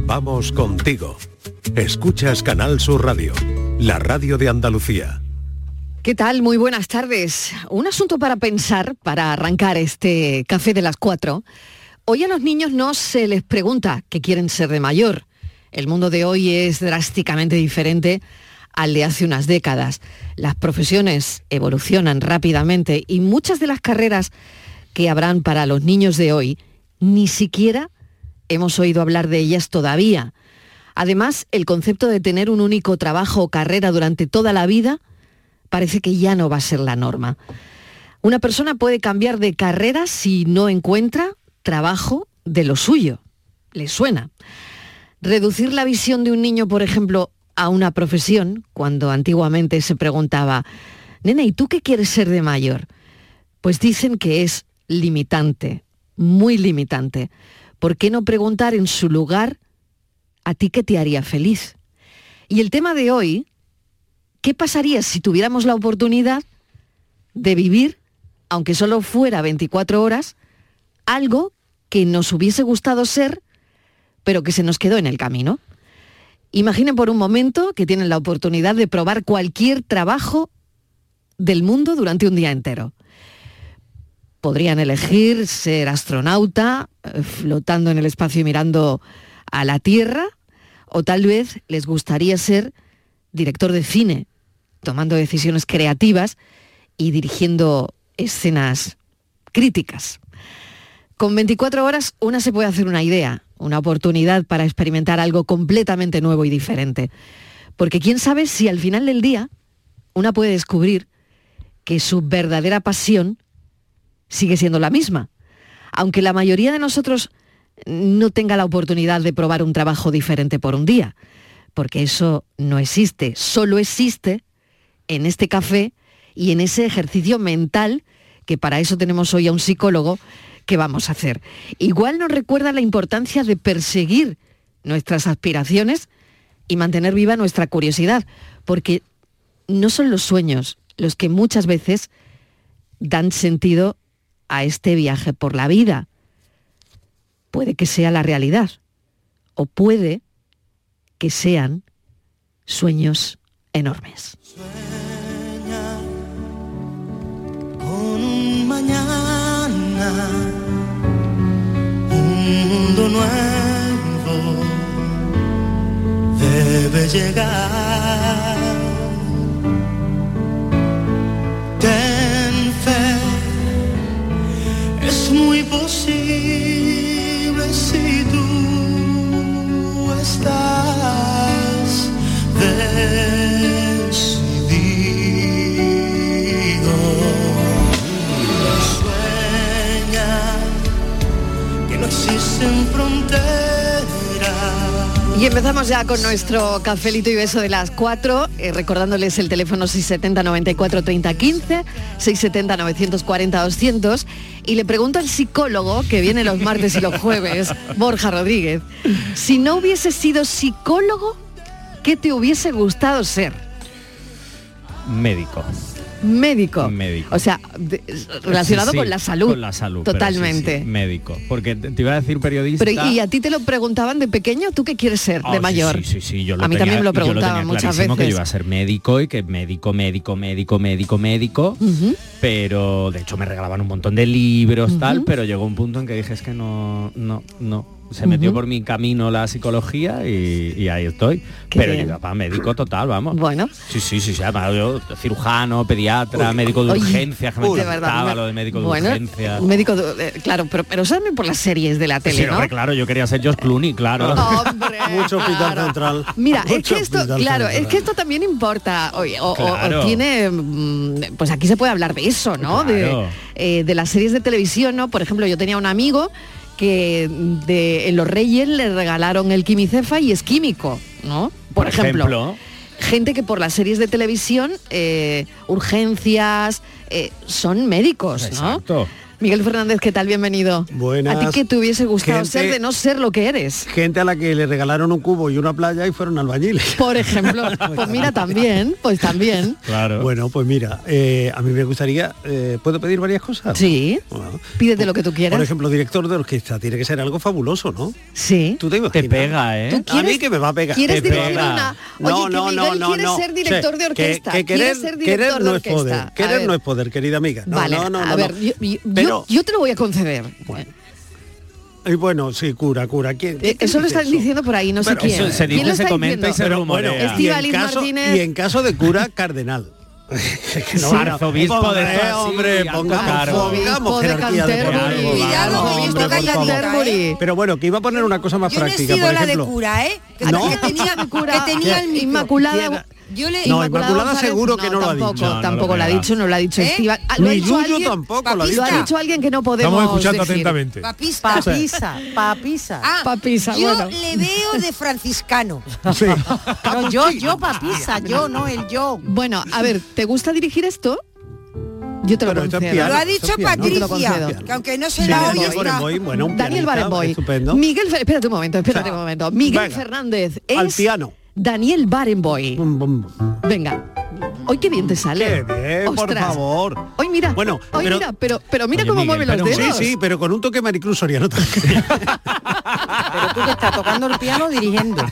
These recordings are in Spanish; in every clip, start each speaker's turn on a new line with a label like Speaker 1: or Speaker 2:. Speaker 1: Vamos contigo. Escuchas Canal Sur Radio, la radio de Andalucía.
Speaker 2: ¿Qué tal? Muy buenas tardes. Un asunto para pensar, para arrancar este café de las cuatro. Hoy a los niños no se les pregunta qué quieren ser de mayor. El mundo de hoy es drásticamente diferente al de hace unas décadas. Las profesiones evolucionan rápidamente y muchas de las carreras que habrán para los niños de hoy ni siquiera hemos oído hablar de ellas todavía. Además, el concepto de tener un único trabajo o carrera durante toda la vida parece que ya no va a ser la norma. Una persona puede cambiar de carrera si no encuentra trabajo de lo suyo. ¿Le suena? Reducir la visión de un niño, por ejemplo, a una profesión, cuando antiguamente se preguntaba, nene, ¿y tú qué quieres ser de mayor? Pues dicen que es limitante, muy limitante. ¿Por qué no preguntar en su lugar a ti qué te haría feliz? Y el tema de hoy, ¿qué pasaría si tuviéramos la oportunidad de vivir, aunque solo fuera 24 horas, algo que nos hubiese gustado ser, pero que se nos quedó en el camino? Imaginen por un momento que tienen la oportunidad de probar cualquier trabajo del mundo durante un día entero. Podrían elegir ser astronauta, eh, flotando en el espacio y mirando a la Tierra, o tal vez les gustaría ser director de cine, tomando decisiones creativas y dirigiendo escenas críticas. Con 24 horas una se puede hacer una idea, una oportunidad para experimentar algo completamente nuevo y diferente. Porque quién sabe si al final del día una puede descubrir que su verdadera pasión sigue siendo la misma. Aunque la mayoría de nosotros no tenga la oportunidad de probar un trabajo diferente por un día, porque eso no existe, solo existe en este café y en ese ejercicio mental que para eso tenemos hoy a un psicólogo que vamos a hacer. Igual nos recuerda la importancia de perseguir nuestras aspiraciones y mantener viva nuestra curiosidad, porque no son los sueños los que muchas veces dan sentido a este viaje por la vida. Puede que sea la realidad o puede que sean sueños enormes.
Speaker 3: Sueña con un mañana un mundo nuevo debe llegar. Ten fe, es muy posible si tú estás decidido. Sueña que no existen fronteras.
Speaker 2: Y empezamos ya con nuestro cafelito y beso de las 4, recordándoles el teléfono 670 94 30 15, 670 940 200 y le pregunto al psicólogo que viene los martes y los jueves, Borja Rodríguez, si no hubiese sido psicólogo, ¿qué te hubiese gustado ser?
Speaker 4: Médico.
Speaker 2: Médico.
Speaker 4: Médico.
Speaker 2: O sea, de- relacionado
Speaker 4: Sí, sí,
Speaker 2: con la salud.
Speaker 4: Con la salud. pero sí,
Speaker 2: Totalmente.
Speaker 4: sí, médico. Porque te te iba a decir periodista.
Speaker 2: Pero, y a ti te lo preguntaban de pequeño, ¿tú qué quieres ser
Speaker 4: Oh,
Speaker 2: de
Speaker 4: sí,
Speaker 2: mayor?
Speaker 4: Sí, sí, sí, yo lo
Speaker 2: a mí
Speaker 4: tenía-
Speaker 2: también me lo
Speaker 4: yo tenía
Speaker 2: preguntaban muchas
Speaker 4: clarísimo
Speaker 2: veces.
Speaker 4: que yo iba a ser médico y que médico, médico, médico, médico, médico. Pero de hecho me regalaban un montón de libros, tal, pero llegó un punto en que dije es que no, no, no. Se metió
Speaker 2: Ujú.
Speaker 4: por mi camino la psicología y, y ahí estoy. pero yo
Speaker 2: bien.
Speaker 4: iba para médico total, vamos.
Speaker 2: Bueno.
Speaker 4: Sí, sí, sí, sí. además yo, cirujano, pediatra, médico de
Speaker 2: Oye,
Speaker 4: urgencias, que me
Speaker 2: de
Speaker 4: encantaba
Speaker 2: verdad, me-
Speaker 4: lo de médico de
Speaker 2: bueno,
Speaker 4: urgencias.
Speaker 2: Médico de- eh, claro, pero, pero eso también por las series de la tele,
Speaker 4: Sí,
Speaker 2: ¿no? Oh.
Speaker 4: hombre, claro, yo quería ser George Clooney, claro.
Speaker 5: Mucho hospital central.
Speaker 2: Mira, es
Speaker 5: Mucho
Speaker 2: que esto,
Speaker 5: hospital
Speaker 2: claro,
Speaker 5: central.
Speaker 2: es que esto también importa, oye, o, o- o
Speaker 4: Claro.
Speaker 2: tiene, mm, pues aquí se puede hablar de eso, ¿no?
Speaker 4: Claro.
Speaker 2: De, eh, de las series de televisión, ¿no? Por ejemplo, yo tenía un amigo que de, en Los Reyes le regalaron el quimicefa y es químico, ¿no? Por,
Speaker 4: ejemplo.
Speaker 2: gente que por las series de televisión, eh, urgencias, eh, son médicos, ¿no?
Speaker 4: Exacto.
Speaker 2: Miguel Fernández, ¿qué tal? Bienvenido.
Speaker 5: Buenas.
Speaker 2: ¿A ti que te hubiese gustado
Speaker 5: Gente-
Speaker 2: ser de no ser lo que eres?
Speaker 5: Gente a la que le regalaron un cubo y una playa y fueron albañiles.
Speaker 2: Por ejemplo, pues mira, también, pues también.
Speaker 4: Claro.
Speaker 5: Bueno, pues mira, eh, a mí me gustaría, eh, ¿puedo pedir varias cosas?
Speaker 2: Sí,
Speaker 5: Bueno,
Speaker 2: pídete lo que tú quieras.
Speaker 5: por ejemplo, director de orquesta, tiene que ser algo fabuloso, ¿no?
Speaker 2: sí.
Speaker 5: Tú te imaginas.
Speaker 4: Te pega, ¿eh?
Speaker 2: ¿Tú
Speaker 5: A mí
Speaker 2: quieres-
Speaker 5: que me va a pegar.
Speaker 2: ¿Quieres
Speaker 4: Te
Speaker 2: dirigir
Speaker 4: pega.
Speaker 2: una? Oye,
Speaker 5: No,
Speaker 2: que
Speaker 5: no,
Speaker 2: Miguel
Speaker 5: no, no,
Speaker 2: quiere
Speaker 5: no.
Speaker 2: ser director
Speaker 5: Sí,
Speaker 2: de orquesta.
Speaker 5: Que, que querer,
Speaker 2: quiere ser director
Speaker 5: querer
Speaker 2: de
Speaker 5: no es
Speaker 2: orquesta.
Speaker 5: poder.
Speaker 2: A
Speaker 5: Querer
Speaker 2: ver.
Speaker 5: no es poder, querida amiga. No,
Speaker 2: vale,
Speaker 5: no, no,
Speaker 2: a
Speaker 5: no,
Speaker 2: ver,
Speaker 5: no.
Speaker 2: Yo, yo-
Speaker 5: Pero-
Speaker 2: yo te lo voy a conceder.
Speaker 5: Bueno. Y bueno, sí, cura, cura. ¿Quién,
Speaker 2: Eh,
Speaker 5: quién
Speaker 2: Eso lo
Speaker 5: dice
Speaker 2: están diciendo por ahí, no sé
Speaker 5: Pero
Speaker 2: quién.
Speaker 4: Eso se
Speaker 2: ¿Quién lo
Speaker 4: dice, se
Speaker 2: está
Speaker 4: comenta y se
Speaker 2: diciendo?
Speaker 4: rumorea.
Speaker 2: bueno,
Speaker 5: y,
Speaker 2: Estíbaliz
Speaker 5: en caso,
Speaker 2: Martínez.
Speaker 5: y en caso de cura, cardenal. Que no, no,
Speaker 4: Arzobispo
Speaker 5: hombre,
Speaker 4: de esto así,
Speaker 5: hombre,
Speaker 4: alto
Speaker 5: pongamos,
Speaker 4: cargo.
Speaker 5: pongamos
Speaker 2: Obispo de
Speaker 5: jerarquía de por
Speaker 2: Canterbury.
Speaker 4: algo,
Speaker 5: medio.
Speaker 6: algo,
Speaker 5: Hombre,
Speaker 6: obispo
Speaker 5: por
Speaker 6: de
Speaker 5: favor.
Speaker 6: Canterbury.
Speaker 5: Pero bueno, que iba a poner una cosa más
Speaker 6: Yo no he
Speaker 5: práctica,
Speaker 6: sido
Speaker 5: por
Speaker 6: la de
Speaker 5: ejemplo. Ah,
Speaker 6: cura, ¿eh? Que,
Speaker 5: ¿No?
Speaker 6: que tenía,
Speaker 2: Cura.
Speaker 6: que tenía el micro.
Speaker 2: Inmaculada.
Speaker 6: Yo le
Speaker 5: No, Inmaculada
Speaker 2: González,
Speaker 5: seguro que no lo ha
Speaker 2: tampoco,
Speaker 5: dicho. No,
Speaker 4: no
Speaker 2: tampoco
Speaker 4: lo
Speaker 2: lo ha
Speaker 4: creo.
Speaker 2: dicho, no lo ha dicho
Speaker 6: ¿Eh?
Speaker 2: Estíbal. Ah, lo ha
Speaker 5: Ni
Speaker 2: dicho
Speaker 5: Yuyu
Speaker 2: alguien-
Speaker 5: tampoco lo ha
Speaker 6: papista.
Speaker 2: Lo
Speaker 5: dicho.
Speaker 2: ha dicho alguien que no podemos
Speaker 7: Estamos escuchando
Speaker 2: decir.
Speaker 7: atentamente.
Speaker 6: papista.
Speaker 2: Papisa.
Speaker 8: Papisa.
Speaker 6: Ah,
Speaker 2: Papisa,
Speaker 6: yo
Speaker 2: bueno.
Speaker 6: le veo de franciscano.
Speaker 5: Sí.
Speaker 8: No, yo, yo papisa, yo, no el yo.
Speaker 2: Bueno, a ver, ¿te gusta dirigir esto? Yo te lo
Speaker 5: Pero esto es
Speaker 2: concedo.
Speaker 6: Lo ha
Speaker 5: Claro,
Speaker 6: dicho
Speaker 5: Sofía, no
Speaker 2: te lo
Speaker 6: Patricia,
Speaker 2: concedo.
Speaker 6: que aunque no se
Speaker 5: Sí,
Speaker 6: la
Speaker 5: el
Speaker 6: oye
Speaker 5: Boy,
Speaker 6: está...
Speaker 5: Boy, bueno, un
Speaker 2: Daniel
Speaker 5: pianista,
Speaker 2: Barenboim.
Speaker 5: Estupendo.
Speaker 2: Miguel Fer- espérate un momento, espérate un momento. Miguel
Speaker 5: Venga.
Speaker 2: Fernández es
Speaker 5: Al piano.
Speaker 2: Daniel Barenboy.
Speaker 5: Bum, bum, bum.
Speaker 2: Venga. Hoy qué bien te
Speaker 5: Qué
Speaker 2: sale.
Speaker 5: bien, por
Speaker 2: Ostras.
Speaker 5: favor.
Speaker 2: Hoy mira,
Speaker 5: Bueno,
Speaker 2: hoy
Speaker 5: pero-
Speaker 2: mira, pero, pero mira
Speaker 4: Oye,
Speaker 2: cómo
Speaker 4: Miguel,
Speaker 2: mueve los
Speaker 4: pero-
Speaker 2: dedos.
Speaker 5: Sí, sí, pero con un toque Maricruz Soriano también.
Speaker 8: Pero tú que estás tocando el piano dirigiendo.
Speaker 5: Eh,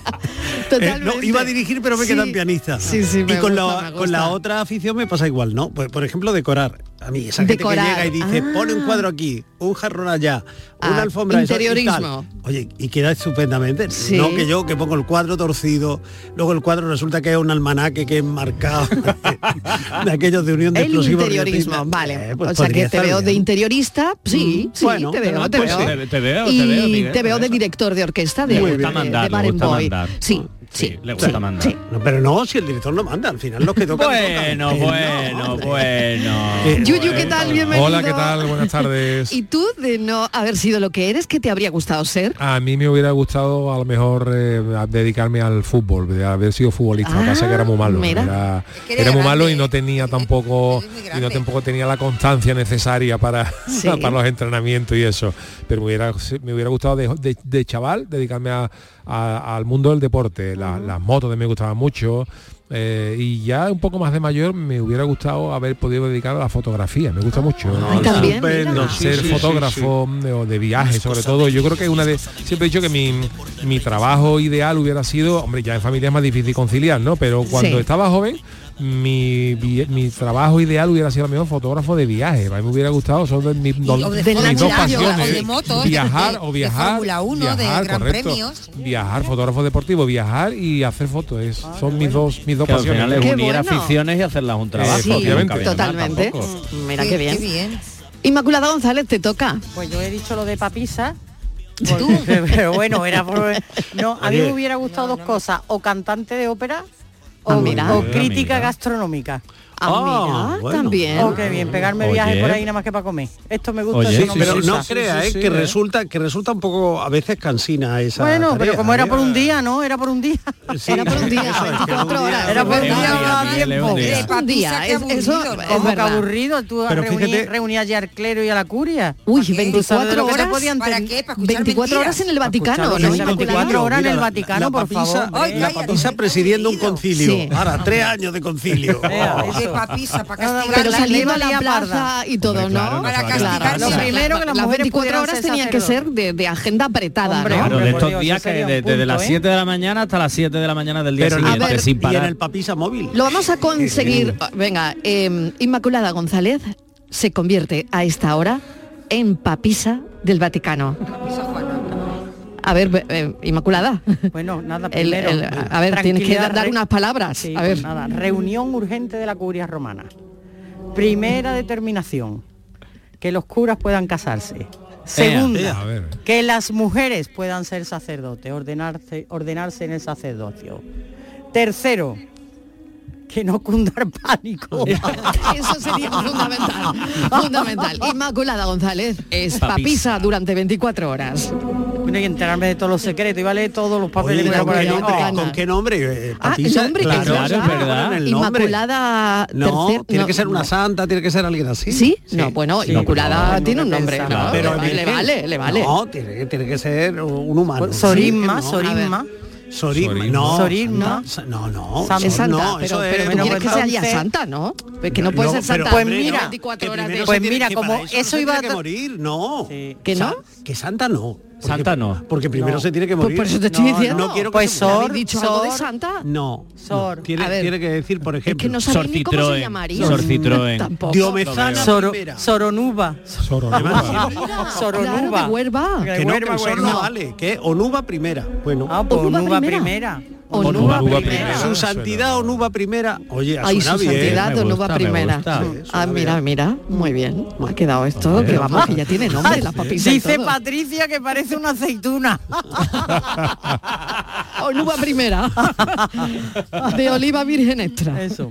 Speaker 2: Totalmente.
Speaker 5: no, iba a dirigir, pero me
Speaker 2: Sí.
Speaker 5: quedan quedan pianista.
Speaker 2: Sí, sí, me
Speaker 5: y con,
Speaker 2: gusta,
Speaker 5: la,
Speaker 2: me
Speaker 5: con la
Speaker 2: gusta.
Speaker 5: otra afición me pasa igual, ¿no? Por, por ejemplo, decorar. A mí, esa gente
Speaker 2: Decorar.
Speaker 5: que llega y dice,
Speaker 2: Ah.
Speaker 5: pone un cuadro aquí, un jarrón allá,
Speaker 2: Ah,
Speaker 5: una alfombra eso, y tal.
Speaker 2: interiorismo.
Speaker 5: Oye, y queda estupendamente.
Speaker 2: Sí.
Speaker 5: No que yo, que pongo el cuadro torcido, luego el cuadro resulta que es un almanaque que es marcado de aquellos de unión de
Speaker 2: El
Speaker 5: Exclusivos
Speaker 2: interiorismo,
Speaker 5: Riotintas.
Speaker 2: vale.
Speaker 5: Eh, pues
Speaker 2: o sea que
Speaker 5: podría
Speaker 2: te
Speaker 5: estar
Speaker 2: veo de
Speaker 5: bien. Mm.
Speaker 2: interiorista, sí, sí,
Speaker 5: Bueno,
Speaker 2: te veo,
Speaker 5: no,
Speaker 2: te,
Speaker 5: pues
Speaker 2: veo.
Speaker 5: sí.
Speaker 4: Te- te veo, te
Speaker 2: y
Speaker 4: veo, Miguel,
Speaker 2: te veo
Speaker 4: te
Speaker 2: de
Speaker 4: veo.
Speaker 2: director de orquesta de,
Speaker 5: Le
Speaker 2: de,
Speaker 5: gusta
Speaker 2: Eh, de-
Speaker 4: mandar,
Speaker 2: de
Speaker 4: le gusta
Speaker 2: Barenboy.
Speaker 4: mandar.
Speaker 2: Sí,
Speaker 4: Sí,
Speaker 2: sí,
Speaker 4: le gusta mandar.
Speaker 2: sí.
Speaker 5: No, pero no, si el director no manda, al final los que tocan
Speaker 4: Bueno,
Speaker 5: tocan. Eh, no,
Speaker 4: bueno,
Speaker 5: hombre.
Speaker 4: bueno.
Speaker 5: Eh,
Speaker 2: Yuyu, ¿qué tal? Bienvenido.
Speaker 7: Hola, ¿qué tal? Buenas tardes.
Speaker 2: ¿Y tú de no haber sido lo que eres, qué te habría gustado ser?
Speaker 7: A mí me hubiera gustado a lo mejor eh, a- dedicarme al fútbol, de haber sido futbolista. Lo que pasa es que era muy malo.
Speaker 2: mira.
Speaker 7: Era,
Speaker 6: Ah, Es que eres
Speaker 7: era muy
Speaker 6: grande.
Speaker 7: malo y no tenía tampoco
Speaker 6: Eres muy
Speaker 7: y no
Speaker 6: grande.
Speaker 7: tampoco tenía la constancia necesaria para,
Speaker 2: Sí.
Speaker 7: para los entrenamientos y eso. Pero me hubiera, me hubiera gustado de, de- de chaval dedicarme a- a- al mundo del deporte. La- Las motos también me gustaban mucho. eh, y ya un poco más de mayor me hubiera gustado haber podido dedicar a la fotografía. Me
Speaker 6: Ah,
Speaker 7: gusta mucho.
Speaker 2: Ay, también,
Speaker 5: estupendo.
Speaker 2: mira.
Speaker 7: ser fotógrafo de- o de viaje sobre todo yo creo que una de siempre he dicho que mi, mi trabajo ideal hubiera sido hombre ya en familia es más difícil conciliar no pero cuando
Speaker 2: Sí.
Speaker 7: estaba joven mi, vi- mi trabajo ideal hubiera sido a lo mejor fotógrafo de viaje a mí me hubiera gustado son de mi- do-
Speaker 6: o de
Speaker 7: mis
Speaker 6: Fórmula,
Speaker 7: dos
Speaker 6: o de
Speaker 7: pasiones
Speaker 6: motos,
Speaker 7: viajar
Speaker 6: de-
Speaker 7: o
Speaker 6: de
Speaker 7: viajar
Speaker 6: Fórmula Uno, de
Speaker 7: viajar,
Speaker 6: Gran
Speaker 7: correcto.
Speaker 6: Premios.
Speaker 7: viajar fotógrafo deportivo viajar y hacer fotos es- son mis dos mis dos
Speaker 4: Que al final
Speaker 7: pasiones Eh,
Speaker 4: es
Speaker 2: Qué
Speaker 4: unir
Speaker 2: bueno.
Speaker 4: aficiones y hacerlas un trabajo.
Speaker 7: Sí,
Speaker 4: que nunca
Speaker 7: obviamente.
Speaker 4: viene mal
Speaker 2: Totalmente.
Speaker 4: tampoco.
Speaker 2: Mm, Mira qué bien.
Speaker 6: Qué bien.
Speaker 2: Inmaculada González, te toca.
Speaker 8: Pues yo he dicho lo de papisa. porque- Pero bueno, era por... No, a mí me hubiera gustado dos cosas, o cantante de ópera o,
Speaker 2: Ah, mira.
Speaker 8: o crítica
Speaker 4: Mira.
Speaker 8: gastronómica.
Speaker 2: Ah,
Speaker 5: Ah,
Speaker 2: mira,
Speaker 5: bueno.
Speaker 2: también.
Speaker 8: Oh, qué bien, pegarme
Speaker 4: Oye.
Speaker 8: viajes por ahí nada más que para comer. Esto me gusta,
Speaker 4: Oye,
Speaker 8: eso
Speaker 4: sí,
Speaker 8: no me
Speaker 5: pero
Speaker 4: sí,
Speaker 5: no
Speaker 8: gusta.
Speaker 4: sí,
Speaker 5: crea,
Speaker 4: sí,
Speaker 5: ¿eh?
Speaker 4: sí,
Speaker 5: que
Speaker 4: eh.
Speaker 5: resulta que resulta un poco a veces cansina esa.
Speaker 8: Bueno, pero
Speaker 5: tarea,
Speaker 8: como era
Speaker 5: ¿eh?
Speaker 8: por un día, ¿no? Era por un día.
Speaker 5: Sí,
Speaker 2: Era por un día,
Speaker 5: eso es, que
Speaker 2: 24 horas.
Speaker 8: Era por
Speaker 4: Era
Speaker 8: un día,
Speaker 4: un día,
Speaker 8: no daba
Speaker 4: Miguel, era un
Speaker 8: tiempo.
Speaker 4: día.
Speaker 6: Eh, papisa,
Speaker 2: Un día,
Speaker 6: qué
Speaker 2: es- eso-
Speaker 6: aburrido, ¿no?
Speaker 2: es
Speaker 8: ¿Cómo que
Speaker 2: verdad.
Speaker 8: aburrido? Tú
Speaker 5: Pero
Speaker 8: reuní-
Speaker 5: fíjate-
Speaker 8: reunías ya al clero y a la curia.
Speaker 2: Uy,
Speaker 6: ¿Para qué?
Speaker 2: 24
Speaker 8: ¿Tú sabes lo que te
Speaker 2: horas.
Speaker 8: podían
Speaker 6: ¿Para
Speaker 8: tener?
Speaker 6: qué? Para escuchar
Speaker 2: 24 horas
Speaker 6: mentiras.
Speaker 2: en el Vaticano,
Speaker 8: escuchar
Speaker 2: ¿no?
Speaker 8: mentiras.
Speaker 2: Inmaculada?
Speaker 8: 24 horas en el
Speaker 5: Mira, la-
Speaker 8: Vaticano,
Speaker 5: la
Speaker 8: por
Speaker 5: papisa-
Speaker 8: favor.
Speaker 6: Ay,
Speaker 5: la
Speaker 6: cállate,
Speaker 5: papisa
Speaker 6: no,
Speaker 5: presidiendo un
Speaker 6: prohibido.
Speaker 5: concilio.
Speaker 2: Sí.
Speaker 5: Ahora, tres años de concilio.
Speaker 8: Vea,
Speaker 6: Es de papisa, para castigar.
Speaker 2: Pero
Speaker 8: La
Speaker 2: saliendo a la
Speaker 8: ley
Speaker 2: plaza
Speaker 8: parda.
Speaker 2: y todo,
Speaker 4: Hombre, claro,
Speaker 2: ¿no?
Speaker 4: no
Speaker 6: Para se va a quedar castigarse.
Speaker 2: Lo
Speaker 6: sola.
Speaker 2: primero que las mujeres
Speaker 8: 24
Speaker 2: 24 horas
Speaker 8: horas
Speaker 2: tenían que ser
Speaker 8: sacerdote.
Speaker 2: de, de agenda apretada,
Speaker 8: Hombre,
Speaker 2: ¿no?
Speaker 4: Claro,
Speaker 8: por
Speaker 4: de estos
Speaker 8: Dios,
Speaker 4: días
Speaker 8: eso
Speaker 4: que
Speaker 8: sería un
Speaker 4: desde
Speaker 8: punto,
Speaker 4: las
Speaker 8: ¿eh?
Speaker 4: 7 de la mañana hasta las 7 de la mañana del día
Speaker 5: Pero
Speaker 4: siguiente,
Speaker 5: a ver,
Speaker 4: sin
Speaker 5: y en
Speaker 4: parar.
Speaker 5: el papisa móvil.
Speaker 2: Lo vamos a conseguir. Venga, eh, Inmaculada González se convierte a esta hora en papisa del Vaticano. A ver, eh, Inmaculada.
Speaker 8: Bueno, nada,
Speaker 2: El-
Speaker 8: primero,
Speaker 2: el- a ver, tienes que
Speaker 8: tranquilidad,
Speaker 2: dar
Speaker 8: re-
Speaker 2: unas palabras.
Speaker 8: Sí, pues
Speaker 2: a ver.
Speaker 8: nada, reunión urgente de la curia romana. Primera
Speaker 7: Eh,
Speaker 8: determinación, que los curas puedan casarse. Segunda,
Speaker 5: ea.
Speaker 7: a ver
Speaker 8: que las mujeres puedan ser sacerdotes, ordenarse, ordenarse en el sacerdocio. Tercero, que no cunda el pánico.
Speaker 2: Eso sería fundamental. Fundamental. Inmaculada González es papisa
Speaker 4: Papisa.
Speaker 2: durante 24 horas.
Speaker 8: Bueno, y enterarme de todos los secretos, y vale todos los papeles
Speaker 5: Oye,
Speaker 8: que
Speaker 5: ¿con,
Speaker 8: por
Speaker 5: qué
Speaker 8: ahí.
Speaker 5: nombre,
Speaker 8: Oh,
Speaker 5: ¿Con qué nombre? Eh,
Speaker 2: Ah, el
Speaker 5: Patricia,
Speaker 2: nombre,
Speaker 5: claro,
Speaker 2: que es
Speaker 4: claro,
Speaker 2: verdad.
Speaker 5: claro,
Speaker 4: ¿verdad?
Speaker 5: el nombre.
Speaker 2: Inmaculada
Speaker 5: No,
Speaker 2: tercer-
Speaker 5: tiene
Speaker 2: no,
Speaker 5: que ser una
Speaker 2: no.
Speaker 5: santa, tiene que ser alguien así.
Speaker 2: ¿Sí? No, bueno,
Speaker 8: Sí.
Speaker 2: Inmaculada
Speaker 8: No,
Speaker 2: tiene un
Speaker 8: no
Speaker 2: nombre.
Speaker 8: pensaba.
Speaker 2: no,
Speaker 5: Pero
Speaker 2: le, vale, le
Speaker 5: virgen.
Speaker 2: vale, le vale.
Speaker 5: No, tiene, que- tiene que ser un humano.
Speaker 8: pues, Sorisma,
Speaker 5: Sí, ¿no?
Speaker 8: Sorisma.
Speaker 5: Sorisma,
Speaker 7: Sorisma.
Speaker 5: no.
Speaker 8: Sorisma.
Speaker 5: sa- No, no.
Speaker 8: Santa.
Speaker 5: sor-
Speaker 2: es santa,
Speaker 5: no,
Speaker 2: pero,
Speaker 5: eso es-
Speaker 2: pero tú
Speaker 8: bueno,
Speaker 2: quieres
Speaker 8: pues
Speaker 2: que sea ya
Speaker 8: entonces-
Speaker 2: santa, ¿no? Es que no puede
Speaker 5: Luego,
Speaker 2: ser
Speaker 5: pero,
Speaker 2: santa.
Speaker 8: Pues
Speaker 5: hombre,
Speaker 8: mira,
Speaker 5: no,
Speaker 2: 24
Speaker 5: que
Speaker 2: horas
Speaker 5: primero
Speaker 2: de...
Speaker 5: se
Speaker 8: Pues
Speaker 5: tiene-
Speaker 8: mira,
Speaker 5: que
Speaker 8: como
Speaker 5: para
Speaker 8: eso
Speaker 5: se
Speaker 8: iba
Speaker 5: tiene
Speaker 8: a
Speaker 5: que
Speaker 8: tra-
Speaker 5: morir, no.
Speaker 8: Sí.
Speaker 2: ¿Que
Speaker 5: Sa-
Speaker 2: no?
Speaker 5: Que santa no. Porque-
Speaker 4: Santa no.
Speaker 5: Porque primero
Speaker 8: No.
Speaker 5: se tiene que
Speaker 2: Pues
Speaker 5: morir.
Speaker 2: por eso te estoy
Speaker 8: No,
Speaker 2: diciendo.
Speaker 5: no quiero que
Speaker 8: Pues
Speaker 5: se
Speaker 2: ¿Le
Speaker 5: muera.
Speaker 2: habéis
Speaker 8: Sor,
Speaker 2: dicho algo de
Speaker 8: Sor.
Speaker 2: santa?
Speaker 5: No. no.
Speaker 8: Sor.
Speaker 5: Tiene,
Speaker 2: A ver.
Speaker 5: tiene que decir, por
Speaker 2: Es
Speaker 5: ejemplo,
Speaker 2: que no sabéis ni cómo se
Speaker 4: Sorcitroen,
Speaker 2: llamaría.
Speaker 4: Sorcitroen.
Speaker 2: Tampoco.
Speaker 5: Diomezana
Speaker 8: Soro-
Speaker 5: primera.
Speaker 8: Soronuba.
Speaker 7: Soronuba.
Speaker 2: Claro,
Speaker 8: Soronuba.
Speaker 2: de Huerva.
Speaker 8: Que
Speaker 5: que no, que
Speaker 8: Huerva,
Speaker 5: el Sor
Speaker 8: Huerva.
Speaker 5: no vale, que Onuba primera. Bueno,
Speaker 8: Ah, pues
Speaker 2: Onuba
Speaker 8: Onuba
Speaker 2: primera.
Speaker 8: primera.
Speaker 2: Onuba
Speaker 7: Onuba primera.
Speaker 5: su santidad Onuba primera. Oye,
Speaker 2: Ay,
Speaker 5: suena
Speaker 2: su
Speaker 5: bien.
Speaker 2: santidad,
Speaker 4: me
Speaker 2: don Uva
Speaker 4: gusta, me
Speaker 2: primera.
Speaker 4: gusta.
Speaker 2: Sí,
Speaker 5: suena
Speaker 2: Ah, mira,
Speaker 5: bien.
Speaker 2: mira, muy bien. Ha quedado esto,
Speaker 4: Hombre.
Speaker 2: que vamos, que ya tiene nombre la papita.
Speaker 8: Dice
Speaker 2: y todo.
Speaker 8: Patricia que parece una aceituna.
Speaker 2: Onuba primera. De oliva virgen extra.
Speaker 8: Eso.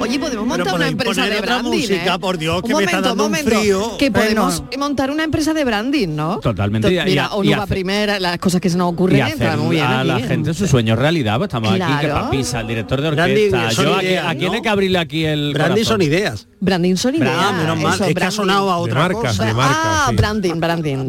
Speaker 2: Oye, podemos montar
Speaker 5: Pero
Speaker 2: una
Speaker 5: ponéis-
Speaker 2: empresa
Speaker 5: poner
Speaker 2: de
Speaker 5: otra
Speaker 2: branding.
Speaker 5: música,
Speaker 2: ¿eh?
Speaker 5: por Dios, que
Speaker 2: un
Speaker 5: me está
Speaker 2: momento,
Speaker 5: dando un
Speaker 2: momento,
Speaker 5: frío.
Speaker 2: Que podemos
Speaker 8: Bueno.
Speaker 2: montar una empresa de branding, ¿no?
Speaker 4: Totalmente,
Speaker 2: To-
Speaker 4: y a-
Speaker 2: Mira,
Speaker 4: y a-
Speaker 2: Onuba
Speaker 4: hacer-
Speaker 2: primera, las cosas que se nos ocurren,
Speaker 4: Y hacer
Speaker 2: está muy bien.
Speaker 4: a la
Speaker 2: aquí.
Speaker 4: gente su sueño realidad, pues estamos aquí, que
Speaker 2: Claro.
Speaker 4: papisa, el director de
Speaker 5: Branding
Speaker 4: orquesta.
Speaker 5: son
Speaker 4: Yo aquí,
Speaker 5: ideas,
Speaker 4: aquí
Speaker 5: ¿no?
Speaker 4: tiene que abrirle aquí el
Speaker 5: Brandy
Speaker 4: corazón.
Speaker 5: son ideas.
Speaker 2: Branding son ideas.
Speaker 5: Ah, menos mal,
Speaker 2: eso,
Speaker 5: es que ha
Speaker 2: branding.
Speaker 5: sonado a otra
Speaker 7: marcas,
Speaker 5: cosa.
Speaker 7: de marcas.
Speaker 2: Ah,
Speaker 7: sí.
Speaker 2: branding, branding, branding.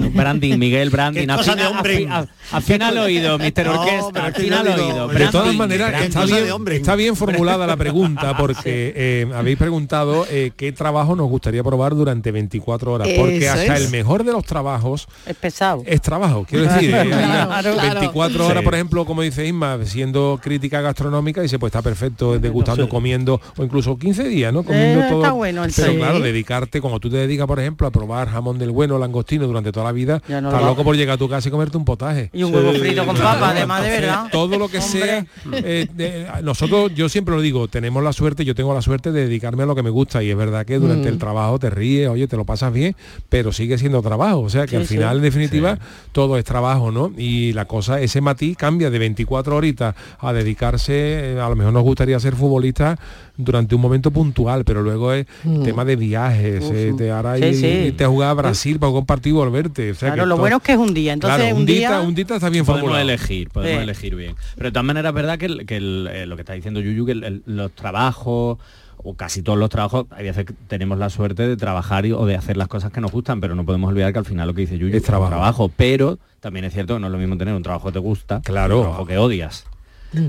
Speaker 4: Branding, branding, Miguel Branding.
Speaker 5: Qué cosa
Speaker 4: Afina-
Speaker 5: de hombre.
Speaker 4: afi- a- Afina el oído, Mr.
Speaker 5: No,
Speaker 4: Orquesta,
Speaker 5: pero es que
Speaker 4: afina
Speaker 5: yo
Speaker 4: el
Speaker 5: digo,
Speaker 4: oído.
Speaker 5: de
Speaker 7: De
Speaker 4: Branding,
Speaker 7: todas maneras,
Speaker 5: branding.
Speaker 7: está
Speaker 5: Cosa de
Speaker 7: bien,
Speaker 5: hombre. Ah,
Speaker 7: está bien formulada la pregunta porque eh, habéis preguntado eh, qué trabajo nos gustaría probar durante 24 horas. Porque
Speaker 2: Eso
Speaker 7: hasta
Speaker 2: es.
Speaker 7: el mejor de los trabajos
Speaker 8: Es pesado.
Speaker 7: es trabajo, quiero decir. eh,
Speaker 2: Claro, claro.
Speaker 7: 24 horas,
Speaker 4: Sí.
Speaker 7: por ejemplo, como dice Isma, siendo crítica gastronómica, dice, pues está perfecto, degustando, comiendo, o incluso 15 días, ¿no? Comiendo
Speaker 8: Eh,
Speaker 7: todo.
Speaker 8: está bueno el
Speaker 7: Pero
Speaker 8: sí.
Speaker 7: claro, dedicarte, cuando tú te dedicas, por ejemplo, a probar jamón del bueno, langostino durante toda la vida,
Speaker 8: Ya no
Speaker 7: estás
Speaker 8: lo
Speaker 7: loco por llegar a tu casa y comerte un potaje.
Speaker 8: Y un huevo frito con papa, además de
Speaker 7: Entonces,
Speaker 8: verdad.
Speaker 7: Todo lo que sea. eh, de- nosotros, yo siempre lo digo, tenemos la suerte, yo tengo la suerte de dedicarme a lo que me gusta y es verdad que
Speaker 8: Mm.
Speaker 7: durante el trabajo te ríes, oye, te lo pasas bien, pero sigue siendo trabajo. O sea que
Speaker 8: Sí,
Speaker 7: al
Speaker 8: sí.
Speaker 7: final, en definitiva, todo es trabajo, ¿no? Y la cosa, ese matiz cambia de 24 horitas a dedicarse, eh, a lo mejor nos gustaría ser futbolistas durante un momento puntual, pero luego es tema de viajes, eh, te hará
Speaker 8: Mm. Sí,
Speaker 7: ir-
Speaker 8: sí.
Speaker 7: irte a jugar a Brasil para compartir y volverte. O sea,
Speaker 8: Claro, lo
Speaker 7: esto-
Speaker 8: bueno es que es un día. Entonces
Speaker 7: claro,
Speaker 8: un día.
Speaker 7: un dita está bien
Speaker 4: podemos
Speaker 7: formulado.
Speaker 4: elegir, podemos
Speaker 8: Sí.
Speaker 4: elegir bien. Pero de todas maneras es verdad que, el- que el, eh, lo que está diciendo Yuyu, que el- el- los trabajos o casi todos los trabajos, hay veces que tenemos la suerte de trabajar y- o de hacer las cosas que nos gustan, pero no podemos olvidar que al final lo que dice Yuyu
Speaker 7: Es trabajo.
Speaker 4: Pero también es cierto que no es lo mismo tener un trabajo que te gusta, que
Speaker 7: Claro.
Speaker 4: un trabajo que odias.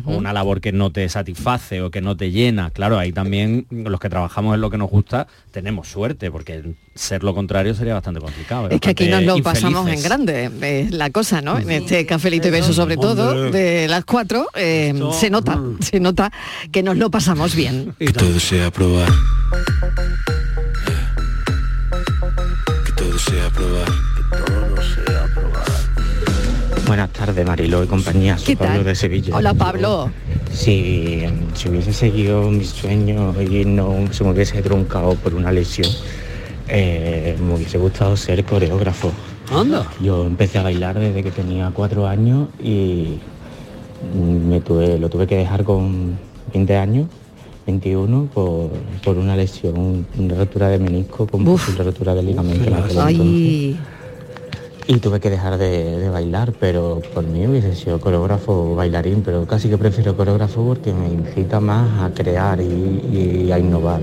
Speaker 4: O una labor que no te satisface o que no te llena. Claro, ahí también los que trabajamos en lo que nos gusta tenemos suerte, porque ser lo contrario sería bastante complicado.
Speaker 2: Es que aquí nos
Speaker 4: bastante
Speaker 2: lo pasamos en
Speaker 4: infelices.
Speaker 2: grande, es la cosa, ¿no? En este cafelito y beso sobre todo, de las cuatro, eh,
Speaker 5: Esto,
Speaker 2: se nota,
Speaker 5: mm.
Speaker 2: se nota que nos lo pasamos bien.
Speaker 5: Y tal.
Speaker 9: sea probar. Que todo sea probar.
Speaker 10: Buenas tardes, Marilo y compañía. Soy
Speaker 2: ¿Qué
Speaker 10: Pablo
Speaker 2: tal?
Speaker 10: de Sevilla.
Speaker 2: Hola Pablo.
Speaker 10: Si, si hubiese seguido mis sueños y no se me hubiese truncado por una lesión, eh, me hubiese gustado ser coreógrafo.
Speaker 5: Anda.
Speaker 10: Yo empecé a bailar desde que tenía cuatro años y me tuve, lo tuve que dejar con 20 años, 21, por, por una lesión, una rotura de menisco con
Speaker 2: Uf.
Speaker 10: posible rotura de ligamento. en aquel entonces.
Speaker 2: Ay,
Speaker 10: Y tuve que dejar de, de bailar, pero por mí hubiese sido coreógrafo o bailarín, pero casi que prefiero coreógrafo porque me incita más a crear y, y a innovar.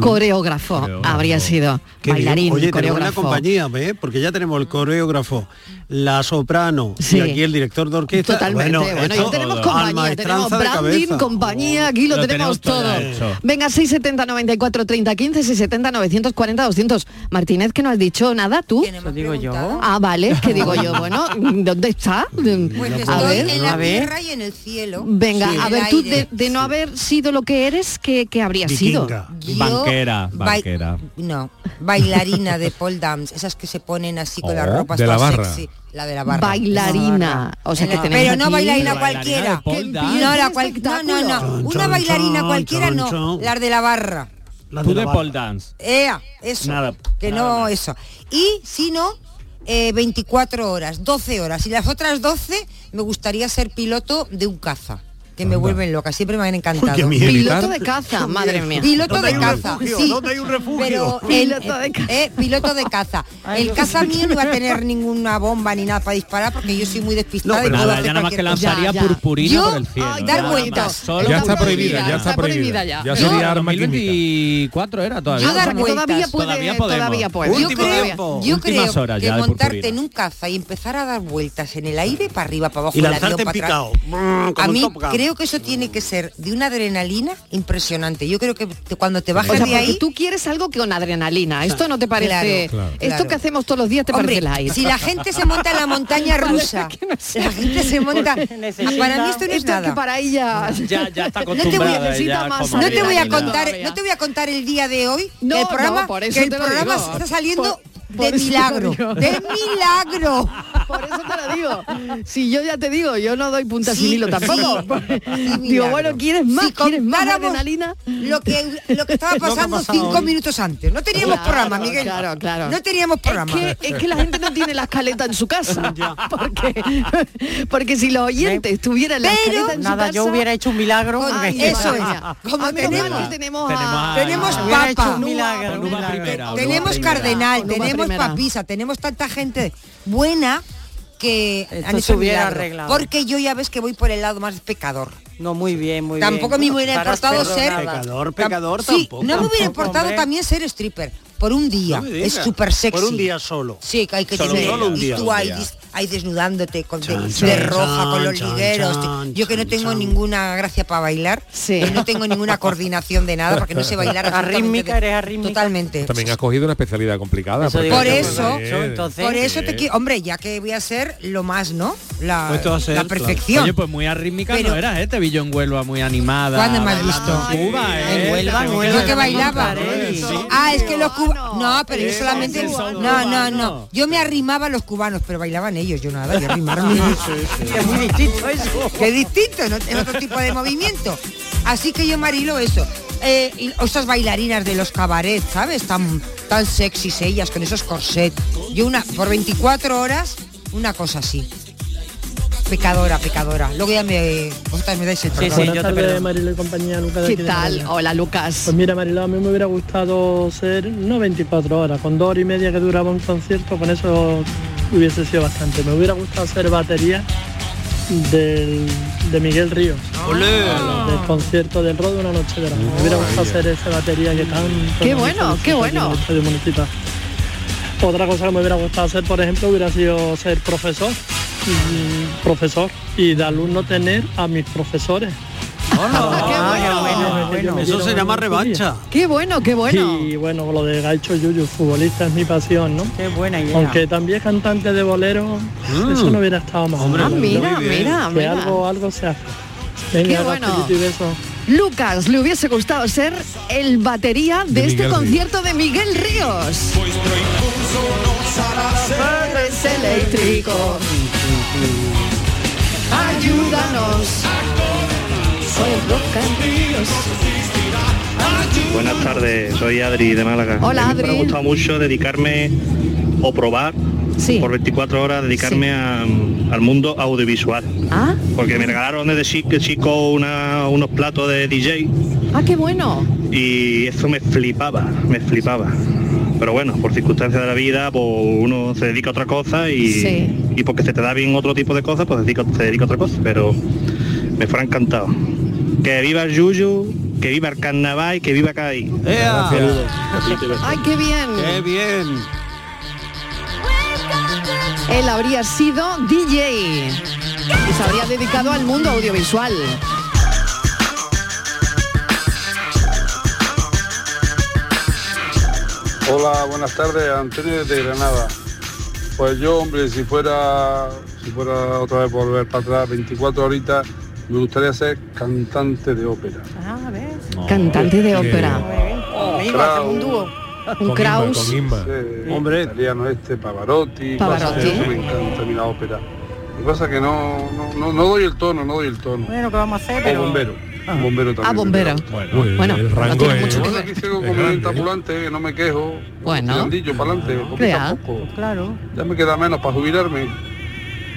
Speaker 2: coreógrafo habría sido.
Speaker 5: Qué bien.
Speaker 2: Bailarín,
Speaker 5: Oye, tenemos la
Speaker 2: coreógrafo.
Speaker 5: compañía, ¿ves? Porque ya tenemos el coreógrafo, la soprano
Speaker 2: Sí.
Speaker 5: y aquí el director de orquesta.
Speaker 2: Totalmente. Bueno, ya
Speaker 5: esto,
Speaker 2: tenemos
Speaker 5: al
Speaker 2: compañía, tenemos
Speaker 5: maestranza de
Speaker 2: branding,
Speaker 5: cabeza.
Speaker 2: compañía, aquí lo,
Speaker 4: Lo
Speaker 2: tenemos,
Speaker 4: tenemos todo
Speaker 2: todo.
Speaker 4: hecho.
Speaker 2: Venga, 670 94 30 15, 670 940 200. Martínez, que no has dicho nada tú.
Speaker 6: ¿Quién hemos
Speaker 8: digo yo.
Speaker 6: preguntado?
Speaker 2: Ah, vale, es que digo yo, bueno, ¿dónde está?
Speaker 6: Pues que
Speaker 2: A
Speaker 6: estoy
Speaker 2: ver.
Speaker 6: en
Speaker 8: A
Speaker 6: la
Speaker 8: ver.
Speaker 6: tierra y en el cielo.
Speaker 2: Venga,
Speaker 6: Sí.
Speaker 2: a
Speaker 6: En
Speaker 2: ver,
Speaker 6: el
Speaker 2: tú de,
Speaker 6: aire.
Speaker 2: de no haber sido lo que eres, ¿qué, qué habrías
Speaker 5: Vikinga.
Speaker 6: Yo-
Speaker 4: Banquera,
Speaker 6: ba-
Speaker 4: banquera.
Speaker 6: No, bailarina de pole dance, esas que se ponen así con las
Speaker 7: Oh,
Speaker 6: ropas
Speaker 7: de la
Speaker 6: todas
Speaker 7: barra.
Speaker 6: sexy. La de la
Speaker 2: sido?
Speaker 6: barra.
Speaker 2: Bailarina. O sea,
Speaker 6: En
Speaker 2: que
Speaker 6: la-
Speaker 2: tenemos
Speaker 6: Pero no
Speaker 2: aquí-
Speaker 6: bailarina
Speaker 4: Pero bailarina
Speaker 6: cualquiera.
Speaker 4: de pole
Speaker 2: Que
Speaker 4: dance.
Speaker 6: No, la
Speaker 2: empiece
Speaker 6: cual- no, no, no.
Speaker 2: espectáculo.
Speaker 5: Chon,
Speaker 6: Una
Speaker 5: chon,
Speaker 6: bailarina
Speaker 5: chon,
Speaker 6: cualquiera
Speaker 5: chon,
Speaker 6: no.
Speaker 5: chon.
Speaker 6: Las de la barra.
Speaker 5: La de
Speaker 4: Tú
Speaker 5: la
Speaker 4: de
Speaker 5: barra.
Speaker 4: pole dance.
Speaker 6: Ea, eso.
Speaker 4: Nada,
Speaker 6: que
Speaker 4: nada
Speaker 6: no,
Speaker 4: más.
Speaker 6: eso. Y si no, eh, 24 horas, 12 horas. Y las otras 12 me gustaría ser piloto de un caza. que me vuelven loca. Siempre me han encantado.
Speaker 2: Qué miedo. Piloto de caza, madre mía.
Speaker 6: Piloto
Speaker 2: ¿Dónde
Speaker 6: de
Speaker 2: hay un
Speaker 6: caza.
Speaker 2: refugio?
Speaker 6: sí.
Speaker 2: ¿Dónde hay un refugio?
Speaker 6: Pero el-
Speaker 2: Piloto de caza.
Speaker 6: eh, piloto de caza.
Speaker 2: Ay,
Speaker 6: El
Speaker 2: Dios.
Speaker 6: caza mío no va a tener ninguna bomba ni nada para disparar porque yo soy muy despistada. y
Speaker 4: pero
Speaker 6: puedo
Speaker 4: nada,
Speaker 6: hacer
Speaker 4: ya nada más
Speaker 6: cualquier
Speaker 4: que
Speaker 6: cosa. Ya,
Speaker 4: lanzaría
Speaker 6: ya.
Speaker 4: purpurina
Speaker 6: Yo,
Speaker 4: por el cielo.
Speaker 6: ay,
Speaker 4: nada
Speaker 6: dar
Speaker 4: más.
Speaker 6: vueltas.
Speaker 4: Solo
Speaker 7: Ya está
Speaker 4: purpurina.
Speaker 7: prohibida, ya está prohibida. Ya sería arma química.
Speaker 4: 2024 era todavía.
Speaker 6: Yo dar vueltas.
Speaker 2: todavía puede-
Speaker 4: podemos.
Speaker 2: todavía puede. Yo
Speaker 6: Yo creo- Yo
Speaker 4: Últimas
Speaker 6: creo
Speaker 4: horas
Speaker 6: que
Speaker 4: ya de
Speaker 6: montarte
Speaker 4: purpurina.
Speaker 6: en un caza y empezar a dar vueltas en el aire para arriba, para abajo,
Speaker 5: Y
Speaker 6: el
Speaker 5: lanzarte
Speaker 6: avión
Speaker 5: en
Speaker 6: para
Speaker 5: picado.
Speaker 6: atrás.
Speaker 5: Mm, como
Speaker 6: A
Speaker 5: en
Speaker 6: mí
Speaker 5: Top Gun.
Speaker 6: creo que eso tiene que ser de una adrenalina impresionante. Yo creo que te- cuando te
Speaker 2: O
Speaker 6: bajas
Speaker 2: sea,
Speaker 6: de
Speaker 2: porque
Speaker 6: ahí
Speaker 2: tú quieres algo que con adrenalina. Esto no te parece.
Speaker 6: Claro, claro.
Speaker 2: Esto
Speaker 6: Claro.
Speaker 2: que hacemos todos los días te
Speaker 6: Hombre,
Speaker 2: parece light.
Speaker 6: si la gente se monta en la montaña rusa, la gente se monta.
Speaker 2: Porque necesita-
Speaker 6: Para mí esto no es
Speaker 2: Esto es que
Speaker 6: nada.
Speaker 2: para ella.
Speaker 4: Ya, ya está
Speaker 6: No te, voy a,
Speaker 4: acostumbrada. ya como
Speaker 6: no te voy a
Speaker 4: adrenalina.
Speaker 6: contar, no te voy a contar el día de hoy
Speaker 2: No,
Speaker 6: del programa,
Speaker 2: no, por eso
Speaker 6: que el
Speaker 2: te lo
Speaker 6: programa
Speaker 2: digo.
Speaker 6: está saliendo
Speaker 2: Por- por
Speaker 6: de
Speaker 2: eso te lo
Speaker 6: milagro,
Speaker 2: digo.
Speaker 6: de milagro.
Speaker 2: Por eso te lo digo. Si yo ya te digo, yo no doy punta sin hilo tampoco. digo,
Speaker 6: milagro.
Speaker 2: bueno, ¿quieres más?
Speaker 6: Si
Speaker 2: ¿Quieres más
Speaker 6: contáramos
Speaker 2: adrenalina?
Speaker 6: Lo que lo que estaba pasando cinco minutos antes. No teníamos
Speaker 2: Claro,
Speaker 6: programa, Miguel.
Speaker 2: Claro, claro.
Speaker 6: No teníamos programa.
Speaker 2: Es que, es que la gente no tiene la escaleta en su casa. Porque, porque si los oyentes tuvieran la escaleta en su
Speaker 8: Nada,
Speaker 2: casa...
Speaker 8: yo hubiera hecho un milagro.
Speaker 2: Ay,
Speaker 8: porque-
Speaker 2: qué
Speaker 6: Eso es.
Speaker 2: maravilla.
Speaker 6: Como
Speaker 2: Ah, menos mal
Speaker 6: tenemos-
Speaker 2: que tenemos
Speaker 4: Tenemos
Speaker 2: a-
Speaker 4: a-
Speaker 6: Tenemos
Speaker 8: Hubiera
Speaker 6: papa.
Speaker 8: hecho un milagro,
Speaker 4: Con
Speaker 8: un
Speaker 4: uva
Speaker 8: milagro.
Speaker 4: primera, con uva
Speaker 6: tenemos
Speaker 4: primera.
Speaker 6: cardenal,
Speaker 2: Con uva
Speaker 6: tenemos
Speaker 2: primera.
Speaker 6: papisa, tenemos tanta gente buena que
Speaker 8: Esto
Speaker 6: han
Speaker 8: se
Speaker 6: hecho un
Speaker 8: hubiera
Speaker 6: milagro.
Speaker 8: arreglado.
Speaker 6: Porque yo ya ves que voy por el lado más pecador.
Speaker 8: No, muy bien, muy
Speaker 6: Tampoco
Speaker 8: bien.
Speaker 6: me hubiera
Speaker 8: Estarás
Speaker 6: importado ser-
Speaker 8: perdonada.
Speaker 5: Pecador, pecador
Speaker 6: sí,
Speaker 5: tampoco.
Speaker 6: no me hubiera
Speaker 8: Tampoco,
Speaker 6: importado
Speaker 8: hombre.
Speaker 6: también ser stripper. Por un día.
Speaker 5: No me
Speaker 6: es
Speaker 5: digas.
Speaker 6: súper sexy.
Speaker 5: Por un día solo.
Speaker 6: Sí, que hay que
Speaker 4: Solo
Speaker 6: tener.
Speaker 4: un día,
Speaker 6: y
Speaker 5: solo
Speaker 6: tú
Speaker 5: un
Speaker 6: ahí,
Speaker 5: día.
Speaker 6: dis- ahí desnudándote con de-
Speaker 5: Chan,
Speaker 6: de,
Speaker 5: chan,
Speaker 6: roja con los
Speaker 5: chan,
Speaker 6: ligueros.
Speaker 5: chan,
Speaker 6: yo que no
Speaker 5: chan,
Speaker 6: tengo
Speaker 5: chan.
Speaker 6: ninguna gracia para bailar.
Speaker 2: Sí.
Speaker 6: y no tengo ninguna coordinación de nada porque no sé bailar. absolutamente
Speaker 8: Arrítmica,
Speaker 6: de-
Speaker 8: eres arrítmica.
Speaker 6: Totalmente.
Speaker 7: También has cogido una especialidad complicada.
Speaker 8: Eso
Speaker 7: porque-
Speaker 8: digo
Speaker 6: Por
Speaker 8: yo,
Speaker 6: eso-
Speaker 8: yo, entonces-
Speaker 6: Por eso
Speaker 4: Sí.
Speaker 6: te quiero, hombre, ya que voy a ser lo más, ¿no? La,
Speaker 5: Pues tú vas a ser,
Speaker 6: la perfección.
Speaker 4: Oye, pues muy arrítmica
Speaker 6: Pero-
Speaker 4: no era, ¿eh? Te vi yo en Huelva muy animada.
Speaker 6: ¿Cuándo me has
Speaker 4: bailando
Speaker 6: visto?
Speaker 4: en Cuba, ¿eh?
Speaker 8: En Huelva,
Speaker 4: Te tengo
Speaker 8: en
Speaker 4: que
Speaker 8: Huelva.
Speaker 6: Yo que
Speaker 4: recordar,
Speaker 6: bailaba.
Speaker 4: ¿eh?
Speaker 8: Sí.
Speaker 6: Ah, es que los cubanos.
Speaker 2: Cubano.
Speaker 6: No, pero yo
Speaker 4: Esos
Speaker 6: solamente.
Speaker 4: son
Speaker 6: No, no,
Speaker 4: cubanos.
Speaker 6: no. Yo me arrimaba a los cubanos, pero bailaban ellos, yo nada, yo arrimarme.
Speaker 8: Es muy distinto eso.
Speaker 6: Qué distinto, ¿no? es otro tipo de movimiento. Así que yo marilo eso. Eh, y esas bailarinas de los cabarets, ¿sabes? Tan, tan sexys ellas, con esos corset. Yo una, por 24 horas, una cosa así. Pecadora, pecadora. Luego ya me. Vosotras me dais el
Speaker 8: Sí,
Speaker 6: perdón.
Speaker 8: sí, yo te perdono.
Speaker 11: Marilo y compañía, Lucas de
Speaker 2: ¿Qué
Speaker 11: aquí de
Speaker 2: tal?
Speaker 11: Málaga.
Speaker 2: Hola, Lucas.
Speaker 11: Pues mira, Marilo, a mí me hubiera gustado ser no 24 horas, con dos horas y media que duraba un concierto, con eso hubiese sido bastante. Me hubiera gustado ser batería del, de Miguel Ríos, del concierto del Rodo una noche de la Me hubiera gustado ser esa batería que tanto...
Speaker 2: Qué
Speaker 11: nos
Speaker 2: bueno,
Speaker 11: solicita
Speaker 2: qué
Speaker 11: aquí
Speaker 2: bueno.
Speaker 11: en el Estadio Municipal. Otra cosa que me hubiera gustado hacer, por ejemplo, hubiera sido ser profesor, mm, profesor, y de alumno tener a mis profesores.
Speaker 8: Ah, qué bueno, bueno.
Speaker 5: Eso se llama revancha.
Speaker 2: Qué bueno, qué bueno.
Speaker 11: Y bueno, lo de Gaicho Yuyu, futbolista, es mi pasión, ¿no?
Speaker 8: Qué buena idea.
Speaker 11: Aunque también cantante de bolero, eso no hubiera estado más.
Speaker 5: Mm. Hombre,
Speaker 2: Ah,
Speaker 11: bueno, ¿no?
Speaker 2: mira,
Speaker 5: muy bien.
Speaker 2: mira,
Speaker 11: Que
Speaker 2: mira.
Speaker 11: algo, algo se hace. Venga,
Speaker 2: Qué
Speaker 11: abrazo,
Speaker 2: bueno.
Speaker 11: besito y beso.
Speaker 2: Lucas, le hubiese gustado ser el batería de,
Speaker 7: De
Speaker 2: este
Speaker 7: Miguel Ríos.
Speaker 2: concierto de Miguel Ríos. eléctrico. Ayúdanos.
Speaker 12: Buenas tardes, soy Adri de Málaga.
Speaker 2: Hola,
Speaker 12: A mí Me
Speaker 2: Adri.
Speaker 12: ha gustado mucho dedicarme o probar
Speaker 2: Sí.
Speaker 12: por 24 horas dedicarme
Speaker 2: Sí.
Speaker 12: a- al mundo audiovisual.
Speaker 2: Ah,
Speaker 12: Porque me regalaron desde chico, chico una- unos platos de DJ
Speaker 2: ah, qué bueno.
Speaker 12: y eso me flipaba, me flipaba. Pero bueno, por circunstancias de la vida, pues uno se dedica a otra cosa y,
Speaker 2: Sí.
Speaker 12: y porque se te da bien otro tipo de cosas, pues dedica- se dedica a otra cosa. Pero me fuera encantado. Que viva el Yuyu, que viva el carnaval y que viva Cádiz.
Speaker 5: ¡Ea!
Speaker 7: Gracias.
Speaker 2: Ay, qué bien.
Speaker 5: ¡Qué bien!
Speaker 2: Él habría sido DJ y se habría dedicado al mundo audiovisual.
Speaker 13: Hola, buenas tardes, Antonio desde Granada. Pues yo, hombre, si fuera, si fuera otra vez volver para atrás 24 horitas, me gustaría ser cantante de ópera.
Speaker 8: Ah, a ver.
Speaker 2: Cantante de
Speaker 7: Qué
Speaker 2: ópera.
Speaker 8: Muy bien. Conmigo,
Speaker 13: Bravo.
Speaker 8: hacemos un dúo.
Speaker 2: Un
Speaker 7: Con Inma,
Speaker 2: Kraus.
Speaker 7: con Inma.
Speaker 13: Ese hombre, italiano este, Pavarotti,
Speaker 2: Pavarotti.
Speaker 13: cosas de eso, me encanta a mí la ópera. Lo que pasa es que no, no, no, no doy el tono, no doy el tono.
Speaker 8: Bueno, ¿qué vamos a hacer?
Speaker 13: O
Speaker 8: Pero...
Speaker 13: bombero, bombero también.
Speaker 2: Ah, bombero.
Speaker 7: Bueno, el-
Speaker 2: Bueno,
Speaker 7: el
Speaker 2: no
Speaker 7: rango
Speaker 2: tiene
Speaker 7: es-
Speaker 2: mucho que
Speaker 13: Bueno,
Speaker 2: ver.
Speaker 13: aquí sigo
Speaker 7: Es
Speaker 13: como
Speaker 7: grande, ¿eh?
Speaker 13: un ambulante, que eh, no me quejo.
Speaker 2: Bueno.
Speaker 13: Tirandillo, pa'lante, poquito
Speaker 2: Vea.
Speaker 13: a poco.
Speaker 8: Claro.
Speaker 13: Ya me queda menos para jubilarme.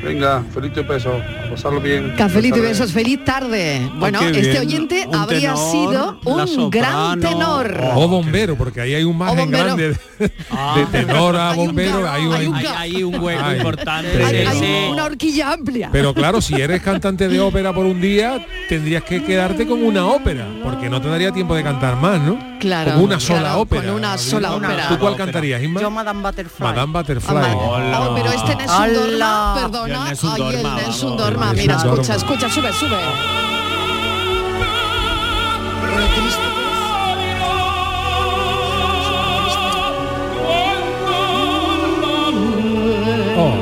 Speaker 13: Venga, felito y peso, a pasarlo bien.
Speaker 2: Cafelito y
Speaker 13: Buenas tardes.
Speaker 2: besos, feliz tarde. Bueno,
Speaker 13: qué
Speaker 2: este
Speaker 13: bien.
Speaker 2: oyente
Speaker 13: Un
Speaker 2: habría
Speaker 13: tenor,
Speaker 2: sido
Speaker 13: la
Speaker 2: un gran tenor.
Speaker 7: O bombero, porque ahí hay un margen
Speaker 2: bombero.
Speaker 7: grande de, de tenor a bombero. Hay un, hay-
Speaker 4: Hay un hueco
Speaker 7: Ay.
Speaker 4: importante. sí,
Speaker 7: Hay- hay
Speaker 4: sí.
Speaker 2: Una horquilla amplia.
Speaker 7: Pero claro, si eres cantante de ópera por un día, tendrías que quedarte con una ópera, porque no te daría tiempo de cantar más, ¿no?
Speaker 2: Claro,
Speaker 7: Con una sola
Speaker 2: claro,
Speaker 7: ópera.
Speaker 2: con una sola ópera.
Speaker 7: ¿Tú cuál cantarías, Inma?
Speaker 8: Yo Madame Butterfly.
Speaker 7: Madame Butterfly.
Speaker 2: Oh, pero este no es un dorma, perdona.
Speaker 7: El Nessun
Speaker 2: Ay, el
Speaker 7: Dorma,
Speaker 2: Nelson
Speaker 7: vamos.
Speaker 2: Dorma.
Speaker 7: El
Speaker 2: Mira,
Speaker 7: Nessun
Speaker 2: escucha,
Speaker 7: Dorma.
Speaker 2: escucha, sube, sube.
Speaker 7: Oh,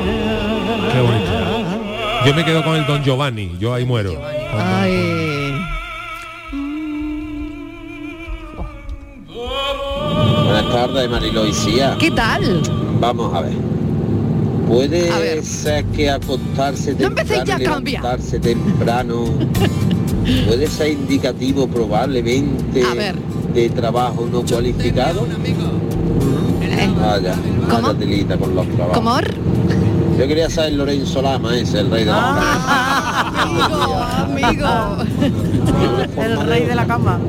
Speaker 7: qué bonito. Yo me quedo con el Don Giovanni, yo ahí muero.
Speaker 2: Ay.
Speaker 14: Buenas tardes, Marilo y Sia.
Speaker 2: ¿Qué tal?
Speaker 14: Vamos a ver. Puede ser que acostarse temprano,
Speaker 2: ya a
Speaker 14: y
Speaker 2: cambiar.
Speaker 14: levantarse temprano, puede ser indicativo probablemente
Speaker 2: A ver.
Speaker 14: de trabajo no cualificado. Vaya, vaya telita con los trabajos.
Speaker 2: ¿Cómo? or?
Speaker 14: Yo quería saber Lorenzo Lama, ese, el rey de la
Speaker 2: Amigo, amigo.
Speaker 8: El rey de la cama.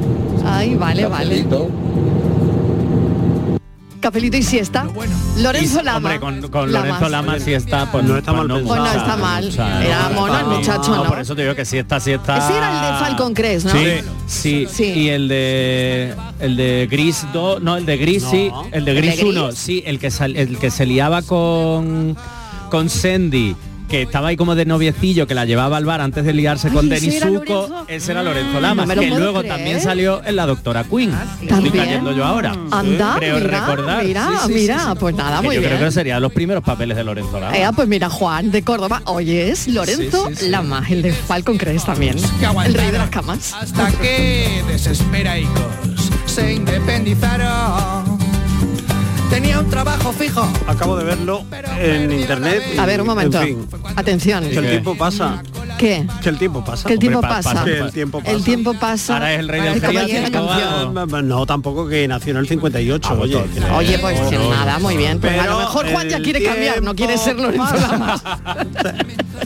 Speaker 2: Ay, vale, vale. Cafelito y siesta. Lorenzo Lama.
Speaker 4: Hombre, con, con
Speaker 2: Lamas.
Speaker 4: Lorenzo Lama si está, pues no está mal
Speaker 2: pensado. Pues no está mal. Era mono el muchacho, ¿no?
Speaker 4: Por eso te digo que si está, si está.
Speaker 2: Ese era el de Falcon Crest, ¿no?
Speaker 4: Sí, sí, Y el de el de Gris 2, no, el de Gris sí, el de
Speaker 2: ¿El de
Speaker 4: Gris
Speaker 2: Gris?
Speaker 4: 1, sí, el que sal- el que se liaba con con Sandy que estaba ahí como de noviecillo, que la llevaba al bar antes de liarse con
Speaker 2: ¿ese
Speaker 4: Denis
Speaker 2: era Ah,
Speaker 4: Suco, ese era Lorenzo Lamas,
Speaker 2: me lo
Speaker 4: que
Speaker 2: puedo
Speaker 4: luego
Speaker 2: creer.
Speaker 4: también salió en la doctora Queen. Estoy
Speaker 2: ¿También?
Speaker 4: cayendo yo ahora.
Speaker 2: Anda,
Speaker 4: creo
Speaker 2: mira,
Speaker 4: recordar.
Speaker 2: mira,
Speaker 4: Sí, sí, sí,
Speaker 2: mira,
Speaker 4: sí.
Speaker 2: pues nada,
Speaker 4: Que
Speaker 2: muy
Speaker 4: yo creo que
Speaker 2: bien.
Speaker 4: serían los primeros papeles de Lorenzo
Speaker 15: Ah.
Speaker 4: Lamas.
Speaker 2: Ea, pues mira, Juan de Córdoba, oye, es Lorenzo
Speaker 4: Sí, sí, sí.
Speaker 2: Lama, el de Falcon Crest también, el rey de las camas.
Speaker 16: Hasta que desesperaicos se independizaron. Tenía un trabajo fijo.
Speaker 15: Acabo de verlo en internet. y,
Speaker 2: A ver, un momento,
Speaker 15: En fin,
Speaker 2: atención.
Speaker 15: que el tiempo pasa.
Speaker 2: ¿Qué?
Speaker 15: Que el tiempo pasa.
Speaker 2: Que el tiempo
Speaker 15: Hombre, pa-
Speaker 2: pasa.
Speaker 15: que el tiempo pasa.
Speaker 2: El tiempo pasa.
Speaker 15: Ahora es el rey
Speaker 2: Ay,
Speaker 15: del
Speaker 2: como dice la
Speaker 15: geriátrico,
Speaker 2: canción.
Speaker 15: vamos. No, tampoco que nació en el 58, oye.
Speaker 2: Oye, pues
Speaker 15: Oh, no.
Speaker 2: nada, muy bien. Pues a lo mejor Juan ya
Speaker 15: el
Speaker 2: quiere cambiar, no quiere ser Lorenzo Lama.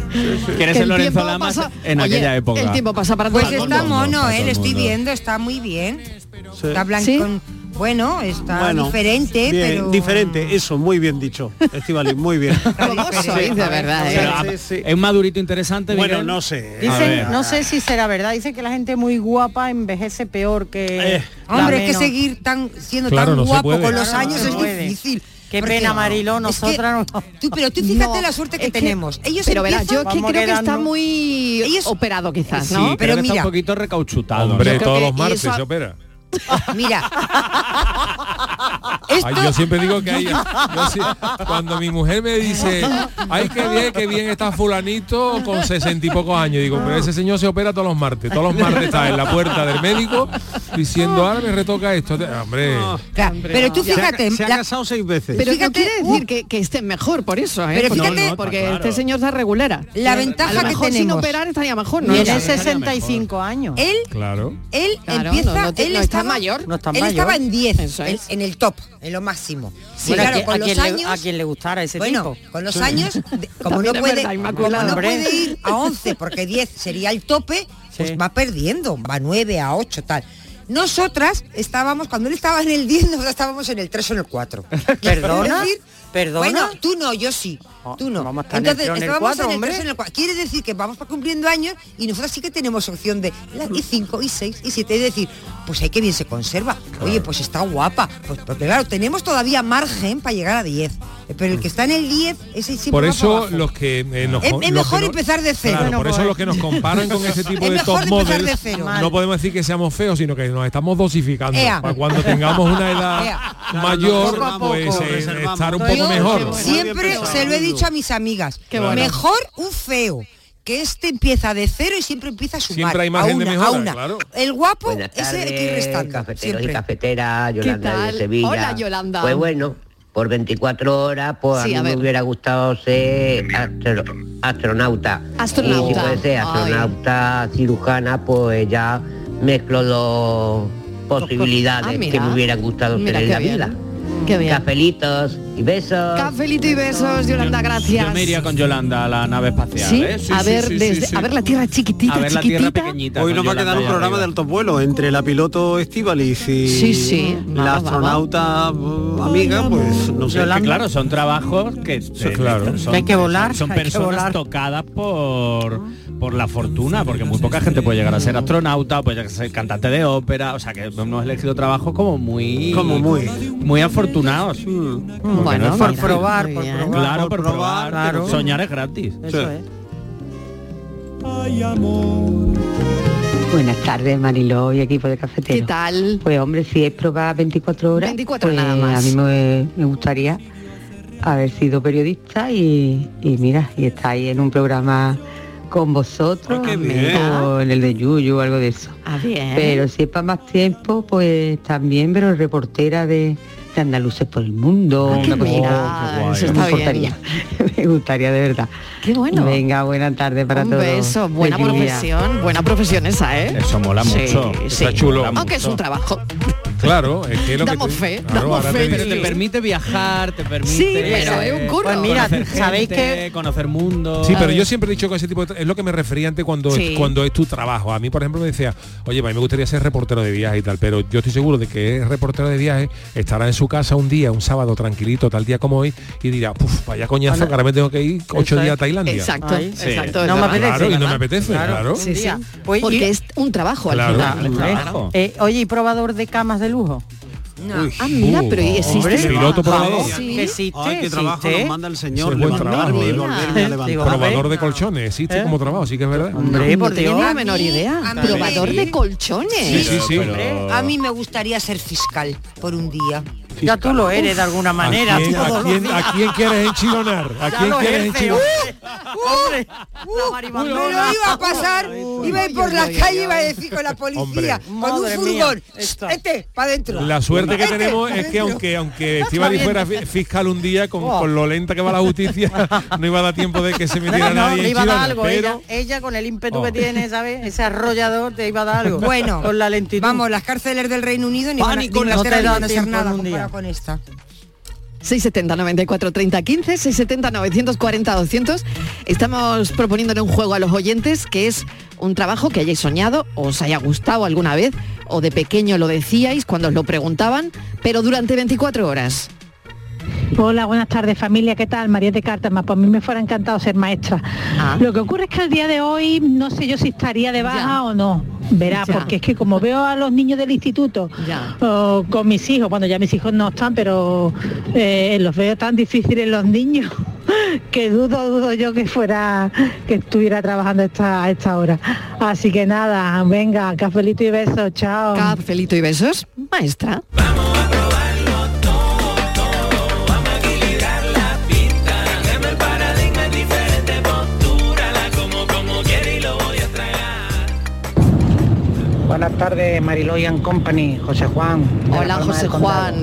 Speaker 4: ¿Quieres
Speaker 2: Que
Speaker 15: eh,
Speaker 4: ser
Speaker 2: el
Speaker 4: Lorenzo
Speaker 2: tiempo
Speaker 4: Lamas
Speaker 2: pasa-
Speaker 4: en
Speaker 2: Oye,
Speaker 4: aquella época?
Speaker 2: El tiempo pasa para
Speaker 6: Pues
Speaker 2: todo el
Speaker 6: está
Speaker 2: mundo.
Speaker 6: mono, eh,
Speaker 4: todo
Speaker 6: le
Speaker 4: el
Speaker 6: estoy
Speaker 4: mundo.
Speaker 6: viendo, está muy bien. Está blanco.
Speaker 15: Sí.
Speaker 6: con- Bueno, está
Speaker 15: Bueno,
Speaker 6: diferente,
Speaker 15: bien,
Speaker 6: pero.
Speaker 15: Diferente, eso, muy bien dicho, Estivali, muy bien.
Speaker 5: ¿eh?
Speaker 2: sois, de verdad, ¿eh?
Speaker 3: ¿eh?
Speaker 2: ah,
Speaker 15: Sí,
Speaker 4: Pero,
Speaker 15: sí, sí.
Speaker 4: Es un madurito interesante.
Speaker 15: Bueno,
Speaker 4: Miguel?
Speaker 15: no sé.
Speaker 4: A ver.
Speaker 8: Dicen, no sé si será verdad, dicen que la gente muy guapa envejece peor que. Eh, la
Speaker 6: Hombre, es que
Speaker 8: menos.
Speaker 6: seguir tan siendo
Speaker 8: Claro,
Speaker 6: tan
Speaker 8: no se
Speaker 6: guapo
Speaker 8: puede.
Speaker 6: con los
Speaker 8: Claro, no
Speaker 6: años
Speaker 8: se
Speaker 6: es
Speaker 8: puede.
Speaker 6: difícil.
Speaker 8: Qué
Speaker 6: Porque-
Speaker 8: pena, Mariló,
Speaker 6: Es que-
Speaker 8: nosotras
Speaker 6: Tú, pero tú fíjate la suerte que
Speaker 2: es que-
Speaker 6: tenemos. Ellos
Speaker 2: pero verás,
Speaker 6: empiezan-
Speaker 2: yo es que creo que está muy
Speaker 6: Ellos-
Speaker 2: operado quizás,
Speaker 4: Sí,
Speaker 2: ¿no?
Speaker 4: creo que está un poquito recauchutado.
Speaker 7: Hombre,
Speaker 4: Yo creo
Speaker 7: todos
Speaker 4: que-
Speaker 7: los
Speaker 4: y
Speaker 7: martes
Speaker 4: eso-
Speaker 7: se opera.
Speaker 6: Mira.
Speaker 7: Ay, yo siempre digo que hay, yo si- cuando mi mujer me dice, ay, qué bien, qué bien está fulanito con sesenta y pocos años, digo, pero ese señor se opera todos los martes, todos los martes está en la puerta del médico diciendo, ahora me retoca esto. Hombre,
Speaker 6: Claro, pero tú fíjate,
Speaker 15: Se ha,
Speaker 6: la-
Speaker 15: casado seis veces.
Speaker 2: Pero no quiere decir que, que estén mejor por eso, ¿eh?
Speaker 6: Pero
Speaker 2: porque,
Speaker 6: fíjate- No, no,
Speaker 2: uh. porque
Speaker 6: está claro.
Speaker 2: este señor da regulera.
Speaker 6: La ventaja
Speaker 2: a lo
Speaker 6: que
Speaker 2: mejor sin
Speaker 6: tenemos.
Speaker 2: operar estaría mejor, ¿no?
Speaker 6: Tiene
Speaker 2: Lo sabemos.
Speaker 8: 65 años.
Speaker 6: Él,
Speaker 7: claro.
Speaker 6: él
Speaker 2: Claro,
Speaker 6: empieza,
Speaker 2: no, no te-
Speaker 6: él
Speaker 2: no está
Speaker 6: estaba,
Speaker 2: mayor. No está
Speaker 6: él
Speaker 2: mayor.
Speaker 6: estaba en 10,
Speaker 2: Eso
Speaker 6: en,
Speaker 2: es.
Speaker 6: en el top, en lo máximo. Sí,
Speaker 8: Bueno,
Speaker 6: claro,
Speaker 8: a,
Speaker 6: con
Speaker 8: quien-
Speaker 6: los
Speaker 8: a quien
Speaker 6: años,
Speaker 8: le, a quien le gustara ese
Speaker 6: bueno,
Speaker 8: tipo.
Speaker 6: con los años, de- como no
Speaker 8: También es
Speaker 6: puede,
Speaker 8: verdad,
Speaker 6: como
Speaker 8: Inmaculada.
Speaker 6: no
Speaker 8: Hombre.
Speaker 6: puede ir a 11 porque 10 sería el tope, pues
Speaker 8: Sí.
Speaker 6: va perdiendo, va a 9 a 8 tal. Nosotras estábamos cuando él estaba en el 10, nosotras estábamos en el 3 o en el 4.
Speaker 8: ¿Perdona? ¿Perdona? Ah,
Speaker 6: Bueno, tú no, yo sí. Tú no.
Speaker 8: Vamos a estar en el
Speaker 6: Entonces,
Speaker 8: tres o en el
Speaker 6: estábamos
Speaker 8: cuatro,
Speaker 6: en el
Speaker 8: hombre.
Speaker 6: tres o en el cuatro. Quiere decir que vamos pa- cumpliendo años y nosotros sí que tenemos opción de la- y 5 y 6 y 7 y decir, pues hay que bien se conserva. Oye, pues está guapa. Pues porque claro, tenemos todavía margen para llegar a 10. Eh, Pero el que está en el 10, ese siempre
Speaker 7: Por
Speaker 6: va para
Speaker 7: eso
Speaker 6: abajo.
Speaker 7: los que eh, nos
Speaker 6: Es-
Speaker 7: co-
Speaker 6: es
Speaker 7: los
Speaker 6: mejor
Speaker 7: que no-
Speaker 6: empezar de cero.
Speaker 7: Claro,
Speaker 6: Bueno,
Speaker 7: por eso
Speaker 6: pues.
Speaker 7: los que nos comparan con ese tipo
Speaker 6: Es
Speaker 7: de
Speaker 6: mejor
Speaker 7: top
Speaker 6: empezar de
Speaker 7: models,
Speaker 6: cero.
Speaker 7: no podemos decir que seamos feos, sino que nos estamos dosificando.
Speaker 6: Ea.
Speaker 7: Para cuando tengamos una edad
Speaker 6: Ea.
Speaker 7: mayor,
Speaker 6: Poco a poco,
Speaker 7: pues eh,
Speaker 6: reservamos.
Speaker 7: estar un poco
Speaker 6: Yo
Speaker 7: mejor.
Speaker 6: Siempre se lo he dicho a mis amigas.
Speaker 7: bueno.
Speaker 6: Mejor un feo. Que este empieza de cero y siempre empieza a sumar.
Speaker 7: Siempre hay
Speaker 6: a
Speaker 7: margen de
Speaker 6: una,
Speaker 7: mejora,
Speaker 6: a una.
Speaker 7: claro.
Speaker 6: El guapo
Speaker 17: Buenas
Speaker 6: ese hay que ir
Speaker 17: tardes,
Speaker 6: restando,
Speaker 17: cafeteros
Speaker 6: siempre.
Speaker 17: y cafeteras, Yolanda de
Speaker 2: tal?
Speaker 17: Sevilla.
Speaker 2: Hola, Yolanda.
Speaker 17: Pues bueno, por 24 horas, pues
Speaker 2: Sí,
Speaker 17: a
Speaker 2: a
Speaker 17: mí
Speaker 2: ver.
Speaker 17: me hubiera gustado ser astro- astronauta.
Speaker 2: Astronauta.
Speaker 17: Y si puede ser
Speaker 2: Ay.
Speaker 17: astronauta, cirujana, pues ya mezclo dos posibilidades
Speaker 2: Ah, mira.
Speaker 17: que me hubieran gustado
Speaker 2: Mira
Speaker 17: tener en
Speaker 2: qué
Speaker 17: la
Speaker 2: bien.
Speaker 17: vida.
Speaker 14: Capelitos y besos.
Speaker 2: Cafelito y besos, Yolanda, gracias.
Speaker 4: Yo me iría con Yolanda a la nave espacial.
Speaker 2: ¿Sí?
Speaker 4: ¿eh?
Speaker 2: a ver, desde- a ver la tierra chiquitita,
Speaker 4: A ver la tierra
Speaker 2: chiquitita.
Speaker 4: pequeñita.
Speaker 5: Hoy
Speaker 4: con
Speaker 5: nos va a
Speaker 4: Yolanda
Speaker 5: quedar un
Speaker 4: ahí
Speaker 5: programa de alto vuelo entre la piloto Estivaliz y
Speaker 2: Sí, sí,
Speaker 5: la astronauta uh, amiga, pues no sé.
Speaker 4: Es que, claro, son trabajos que,
Speaker 5: claro.
Speaker 4: son-
Speaker 5: Que hay que volar,
Speaker 4: Son
Speaker 5: hay que
Speaker 4: personas
Speaker 5: volar. Ah.
Speaker 4: tocadas por, por la fortuna, porque muy poca gente puede llegar a ser astronauta, puede llegar a ser cantante de ópera, o sea que hemos elegido trabajos como muy
Speaker 5: Como muy. Mm.
Speaker 4: muy afortunados. Porque
Speaker 5: Bueno,
Speaker 4: no es
Speaker 5: por
Speaker 4: fácil.
Speaker 5: probar, por probar,
Speaker 4: Claro,
Speaker 5: por
Speaker 4: por
Speaker 5: probar,
Speaker 4: probar.
Speaker 5: claro.
Speaker 4: Soñar es gratis.
Speaker 5: Eso
Speaker 4: es.
Speaker 6: Buenas tardes, Mariló y equipo de cafetero. ¿Qué tal? Pues hombre, si es probar 24 horas,
Speaker 2: 24
Speaker 6: pues,
Speaker 2: nada más.
Speaker 6: A mí me, me gustaría haber sido periodista y, y mira, y estar ahí en un programa con vosotros,
Speaker 7: Ah,
Speaker 2: qué
Speaker 6: o
Speaker 2: bien.
Speaker 6: en el de Yuyu o algo de eso.
Speaker 2: Ah, bien.
Speaker 6: Pero si es para más tiempo, pues también, pero reportera de, de andaluces por el mundo.
Speaker 8: Oh,
Speaker 2: Ah, qué
Speaker 6: una cosa
Speaker 2: bien.
Speaker 6: así.
Speaker 2: Guay. Eso
Speaker 6: me
Speaker 2: está bien.
Speaker 6: gustaría, me gustaría de verdad.
Speaker 2: Qué bueno.
Speaker 6: Venga, buena tarde para
Speaker 2: Un
Speaker 6: todos.
Speaker 2: beso, buena
Speaker 6: Feliz día.
Speaker 2: profesión, buena profesión esa, ¿eh?
Speaker 4: Eso mola
Speaker 2: Sí,
Speaker 4: mucho.
Speaker 2: sí.
Speaker 7: Está chulo.
Speaker 2: Aunque es un trabajo.
Speaker 7: Claro, es que lo
Speaker 2: Damos
Speaker 7: que
Speaker 2: fe,
Speaker 7: claro,
Speaker 2: damos
Speaker 7: ahora
Speaker 2: fe.
Speaker 7: te
Speaker 4: Pero te
Speaker 7: dice-
Speaker 4: permite viajar, te permite
Speaker 2: Sí, pero es un curro.
Speaker 8: Pues mira,
Speaker 4: conocer
Speaker 8: sabéis
Speaker 4: gente, conocer mundo.
Speaker 7: Sí, pero yo siempre he dicho que ese tipo de tra- es lo que me refería antes cuando,
Speaker 4: Sí.
Speaker 7: es, cuando es tu trabajo. A mí, por ejemplo, me decía, oye, pues, a mí me gustaría ser reportero de viaje y tal, pero yo estoy seguro de que es reportero de viaje, estará en su casa un día, un sábado tranquilito, tal día como hoy, y dirá, puf, vaya coñazo,
Speaker 8: Bueno,
Speaker 7: que ahora me tengo que ir
Speaker 8: eso
Speaker 7: ocho días
Speaker 8: es.
Speaker 7: a Tailandia.
Speaker 8: Exacto, Ay.
Speaker 2: Sí. exacto, es
Speaker 7: No me
Speaker 2: verdad.
Speaker 7: apetece. Claro, y no me apetece,
Speaker 8: Claro.
Speaker 7: claro.
Speaker 8: Sí, sí. Pues,
Speaker 2: Porque
Speaker 8: y-
Speaker 2: es un trabajo
Speaker 7: Claro.
Speaker 2: al final.
Speaker 7: Claro,
Speaker 2: Claro.
Speaker 7: trabajo.
Speaker 8: Eh, oye, ¿y probador de camas de lujo?
Speaker 2: Ah, mira, pero ¿y existe?
Speaker 8: Hombre,
Speaker 2: ese
Speaker 7: piloto
Speaker 2: trabajo?
Speaker 7: probador.
Speaker 2: Sí.
Speaker 8: Que existe,
Speaker 5: Ay, qué trabajo
Speaker 8: existe.
Speaker 5: nos manda el señor,
Speaker 7: Ese es buen trabajo,
Speaker 5: levantarme y
Speaker 7: ¿eh?
Speaker 5: volverme a levantar.
Speaker 7: Probador de colchones, existe como trabajo, sí que es verdad.
Speaker 8: ¿Eh? Hombre,
Speaker 2: No
Speaker 8: por
Speaker 2: tenía
Speaker 8: Dios.
Speaker 2: ni la menor idea.
Speaker 3: a mí-
Speaker 2: Probador
Speaker 3: Sí.
Speaker 2: de colchones.
Speaker 7: Sí, sí, sí.
Speaker 3: Eh, A mí me gustaría ser fiscal por un día.
Speaker 8: Ya tú lo eres de alguna manera.
Speaker 7: ¿A quién,
Speaker 8: todos
Speaker 7: a
Speaker 8: los
Speaker 7: quién-
Speaker 8: días.
Speaker 7: a quién quieres enchilonar? ¿A
Speaker 8: Ya
Speaker 7: quién
Speaker 8: lo
Speaker 7: quieres
Speaker 8: ejerce,
Speaker 7: enchilonar?
Speaker 8: hombre. Hombre, la
Speaker 3: Uh, Me lo
Speaker 8: maribandona.
Speaker 3: iba a pasar, iba a ir por la calle y iba a decir con la policía, con un
Speaker 8: Madre mía,
Speaker 3: furgón, este, para adentro.
Speaker 7: La suerte que
Speaker 3: Vete,
Speaker 7: tenemos
Speaker 3: pa'
Speaker 7: es que
Speaker 3: dentro.
Speaker 7: aunque aunque Estivali
Speaker 3: bien.
Speaker 7: fuera fi- fiscal un día con,
Speaker 8: Oh.
Speaker 7: con lo lenta que va la justicia no iba a dar tiempo de que se metiera
Speaker 8: No, no, le
Speaker 7: nadie en
Speaker 8: iba a dar algo.
Speaker 7: Chirona, pero
Speaker 8: Ella, ella con el ímpetu
Speaker 7: Oh.
Speaker 8: que tiene, ¿sabes? Ese arrollador te iba a dar algo.
Speaker 3: Bueno,
Speaker 8: con la lentitud.
Speaker 3: Vamos, las cárceles del Reino Unido ni van a, ni
Speaker 8: Pánico en
Speaker 3: van a
Speaker 8: las
Speaker 3: hacer-
Speaker 8: telas
Speaker 3: ni van a
Speaker 8: de
Speaker 3: hacer
Speaker 8: tiempo en
Speaker 3: nada
Speaker 8: un
Speaker 3: comparado
Speaker 8: día.
Speaker 3: con esta.
Speaker 2: 670 94 30 15 670 940 200 estamos proponiéndole un juego a los oyentes que es un trabajo que hayáis soñado o os haya gustado alguna vez o de pequeño lo decíais cuando os lo preguntaban pero durante 24 horas
Speaker 18: Hola, buenas tardes familia, ¿qué tal? María de Cártama, pues a mí me fuera encantado ser maestra.
Speaker 2: Ah.
Speaker 18: Lo que ocurre es que al día de hoy no sé yo si estaría de baja o no. Verá,
Speaker 2: Ya.
Speaker 18: porque es que como veo a los niños del instituto
Speaker 2: Ya.
Speaker 18: o con mis hijos, bueno, ya mis hijos no están, pero eh, los veo tan difíciles los niños que dudo, dudo yo que fuera, que estuviera trabajando esta, a esta hora. Así que nada, venga, cafelito y besos, chao.
Speaker 2: Cafelito y besos, maestra.
Speaker 19: Buenas tardes, Mariloyan Company, José Juan. de La
Speaker 2: Hola
Speaker 19: Palma
Speaker 2: José
Speaker 19: del Condado.
Speaker 2: Juan.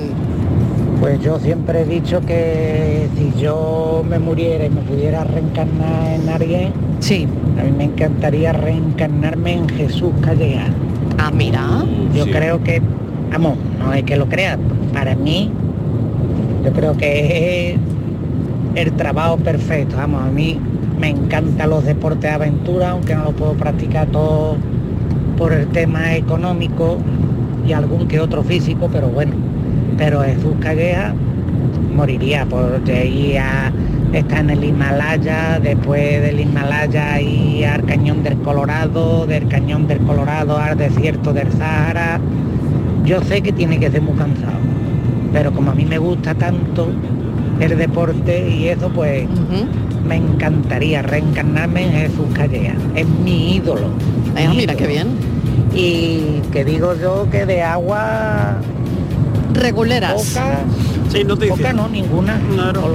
Speaker 19: Pues yo siempre he dicho que si yo me muriera y me pudiera reencarnar en alguien,
Speaker 2: sí.
Speaker 19: a mí me encantaría reencarnarme en Jesús Calleja.
Speaker 2: Ah, mira.
Speaker 19: Yo
Speaker 2: Sí.
Speaker 19: creo que, vamos, no es que lo crea, para mí, yo creo que es el trabajo perfecto, vamos, a mí me encantan los deportes de aventura, aunque no lo puedo practicar todo por el tema económico y algún que otro físico, pero bueno, pero Jesús Calleja moriría por de ahí a estar en el Himalaya, después del Himalaya y al cañón del Colorado, del cañón del Colorado al desierto del Sahara. Yo sé que tiene que ser muy cansado, pero como a mí me gusta tanto el deporte y eso, pues me encantaría reencarnarme en Jesús Calleja. Es mi ídolo.
Speaker 2: Ah,
Speaker 19: mi
Speaker 2: mira, qué
Speaker 19: ídolo.
Speaker 2: bien.
Speaker 19: Y que digo yo que de agua
Speaker 2: Reguleras.
Speaker 19: Poca, poca no, ninguna.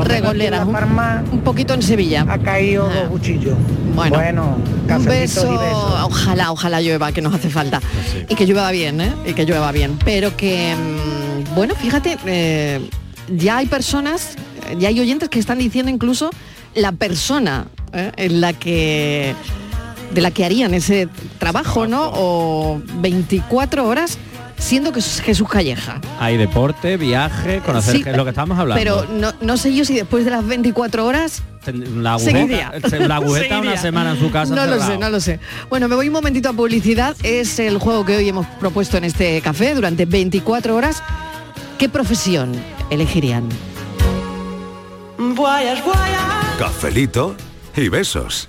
Speaker 2: Reguleras, un- un poquito en Sevilla. Ah.
Speaker 19: Ha caído dos cuchillos.
Speaker 2: Bueno, un
Speaker 19: cafecitos
Speaker 2: beso.
Speaker 19: y besos.
Speaker 2: Ojalá, ojalá llueva, que nos hace falta. Y que llueva bien, ¿eh? Y que llueva bien. Pero que, mm, bueno, fíjate, eh, ya hay personas, eh, ya hay oyentes que están diciendo incluso la persona ¿eh? en la que de la que harían ese trabajo, ¿no? O 24 horas siendo que es Jesús Calleja.
Speaker 4: Hay deporte, viaje, conocer
Speaker 2: Sí,
Speaker 4: que es lo que estábamos hablando.
Speaker 2: Pero no, no sé yo si después de las 24 horas
Speaker 4: Ten- la
Speaker 2: Seguiría.
Speaker 4: agujeta, eh, la agujeta una
Speaker 2: Seguiría.
Speaker 4: semana en su casa.
Speaker 2: No lo
Speaker 4: encerrado.
Speaker 2: sé, no lo sé. Bueno, me voy un momentito a publicidad. Es el juego que hoy hemos propuesto en este café durante 24 horas. ¿Qué profesión elegirían?
Speaker 11: Cafelito y besos.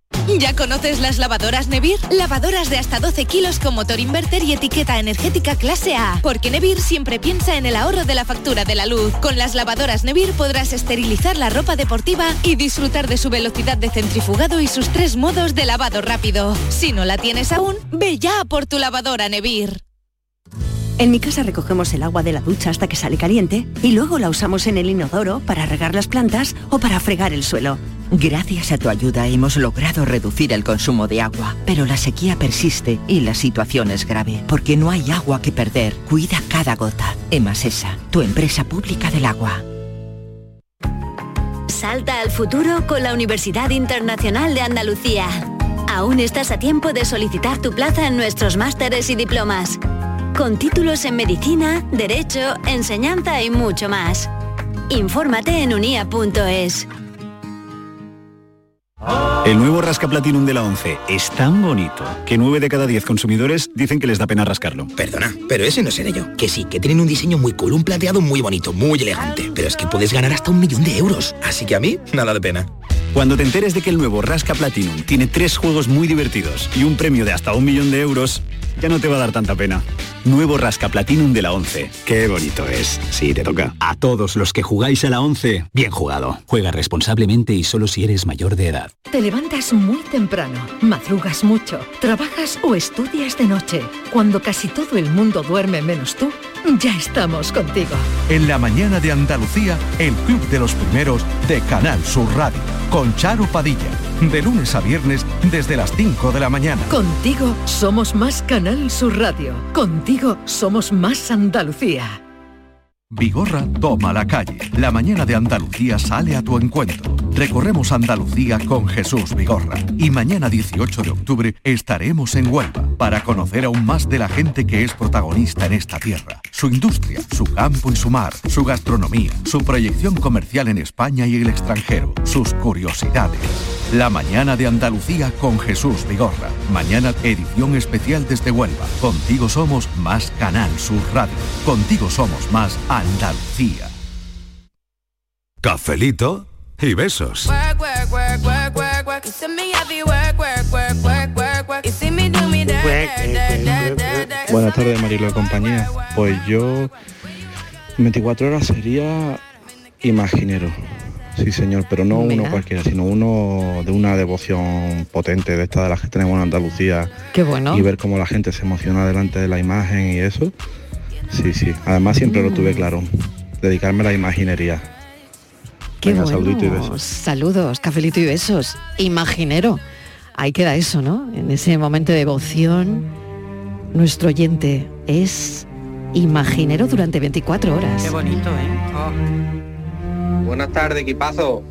Speaker 20: ¿Ya conoces las lavadoras Nevir? Lavadoras de hasta 12 kilos con motor inverter y etiqueta energética clase A. Porque Nevir siempre piensa en el ahorro de la factura de la luz. Con las lavadoras Nevir podrás esterilizar la ropa deportiva y disfrutar de su velocidad de centrifugado y sus tres modos de lavado rápido. Si no la tienes aún, ve ya a por tu lavadora Nevir.
Speaker 21: En mi casa recogemos el agua de la ducha hasta que sale caliente y luego la usamos en el inodoro para regar las plantas o para fregar el suelo.
Speaker 6: Gracias a tu ayuda hemos logrado reducir el consumo de agua, pero la sequía persiste y la situación es grave, porque no hay agua que perder. Cuida cada gota. Emasesa, tu empresa pública del agua.
Speaker 22: Salta al futuro con la Universidad Internacional de Andalucía. Aún estás a tiempo de solicitar tu plaza en nuestros másteres y diplomas, con títulos en medicina, derecho, enseñanza y mucho más. Infórmate en unia.es.
Speaker 5: El nuevo Rasca Platinum de la 11 es tan bonito que 9 de cada 10 consumidores dicen que les da pena rascarlo.
Speaker 23: Perdona, pero ese no seré yo. Que sí, que tienen un diseño muy cool, un plateado muy bonito, muy elegante. Pero es que puedes ganar hasta un millón de euros. Así que a mí, nada de pena.
Speaker 5: Cuando te enteres de que el nuevo Rasca Platinum tiene tres juegos muy divertidos y un premio de hasta un millón de euros, ya no te va a dar tanta pena. Nuevo Rasca Platinum de la 11. Qué bonito es. Sí, te toca. A todos los que jugáis a la 11, bien jugado. Juega responsablemente y solo si eres mayor de edad.
Speaker 24: Te levantas muy temprano, madrugas mucho, trabajas o estudias de noche. Cuando casi todo el mundo duerme menos tú, ya estamos contigo.
Speaker 25: En la mañana de Andalucía, el Club de los Primeros de Canal Sur Radio, con Charo Padilla, de lunes a viernes desde las 5 de la mañana.
Speaker 24: Contigo somos más Canal Sur Radio. Contigo somos más Andalucía.
Speaker 25: Vigorra toma la calle. La mañana de Andalucía sale a tu encuentro. Recorremos Andalucía con Jesús Vigorra. Y mañana 18 de octubre estaremos en Huelva para conocer aún más de la gente que es protagonista en esta tierra. Su industria, su campo y su mar, su gastronomía, su proyección comercial en España y el extranjero, sus curiosidades. La mañana de Andalucía con Jesús Vigorra. Mañana edición especial desde Huelva. Contigo somos más Canal Sur Radio. Contigo somos más Andalucía.
Speaker 11: Cafelito y besos.
Speaker 26: Work, work, work, work, work, work. You see me heavy work, work, work, work, work, work. You see me do me dirt, dirt, dirt, dirt, dirt.
Speaker 27: Buenas tardes, Marilo de compañía. Pues yo 24 horas sería imaginero. Sí, señor, pero no uno cualquiera, sino uno de una devoción potente de esta de las que tenemos en Andalucía.
Speaker 2: Qué bueno.
Speaker 27: Y ver cómo la gente se emociona delante de la imagen y eso. Sí, sí. Además siempre lo
Speaker 2: Mm.
Speaker 27: tuve claro. Dedicarme a la imaginería.
Speaker 2: Qué
Speaker 27: Venga,
Speaker 2: bueno.
Speaker 27: saludito y besos.
Speaker 2: Saludos, cafelito y besos. Imaginero. Ahí queda eso, ¿no? En ese momento de devoción, nuestro oyente es imaginero durante 24 horas.
Speaker 28: bonito, ¿eh? Oh.
Speaker 29: Buenas tardes, equipazo.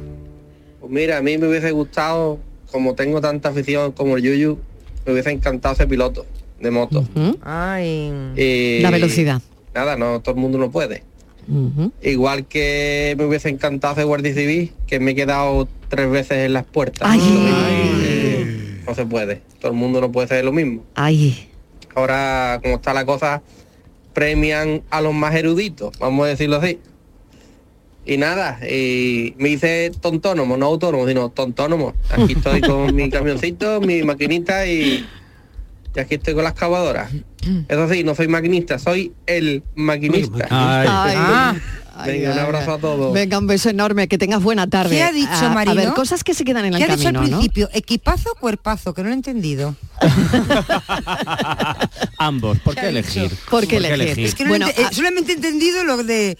Speaker 29: Pues mira, a mí me hubiese gustado, como tengo tanta afición como el Yuyu, me hubiese encantado ser piloto de moto.
Speaker 3: ¿Mm? Ay.
Speaker 29: Y
Speaker 2: Mm. La velocidad.
Speaker 29: Nada, no, todo el mundo no puede.
Speaker 2: Ujú.
Speaker 29: Igual que me hubiese encantado ser guardia civil, que me he quedado tres veces en las puertas. Eh, No se puede. Todo el mundo no puede ser lo mismo.
Speaker 2: Ay,
Speaker 29: Ahora, como está la cosa, premian a los más eruditos, vamos a decirlo así. Y nada, y me hice tontónomo, no autónomo, sino tontónomo. Aquí estoy con mi camioncito, mi maquinita y, y aquí estoy con la excavadora. Eso sí, no soy maquinista, soy el maquinista.
Speaker 2: Ay. Ay.
Speaker 4: pues,
Speaker 29: Ah.
Speaker 2: Ay,
Speaker 29: Venga, un
Speaker 2: ay,
Speaker 29: abrazo a todos.
Speaker 2: Venga, un beso enorme, que tengas buena tarde. Ah,
Speaker 6: ¿Qué ha dicho,
Speaker 2: A-
Speaker 6: Marilo?
Speaker 2: A ver, cosas que se quedan en el
Speaker 6: ¿Qué ha dicho al
Speaker 2: camino, ¿no?
Speaker 6: principio? ¿Equipazo o cuerpazo? Que no lo he entendido.
Speaker 4: Ambos, ¿por
Speaker 6: ¿Qué
Speaker 4: qué
Speaker 6: ha
Speaker 4: elegir?
Speaker 6: dicho?
Speaker 2: ¿Por qué elegir?
Speaker 6: Es que no lo ente- eh, solamente he entendido lo de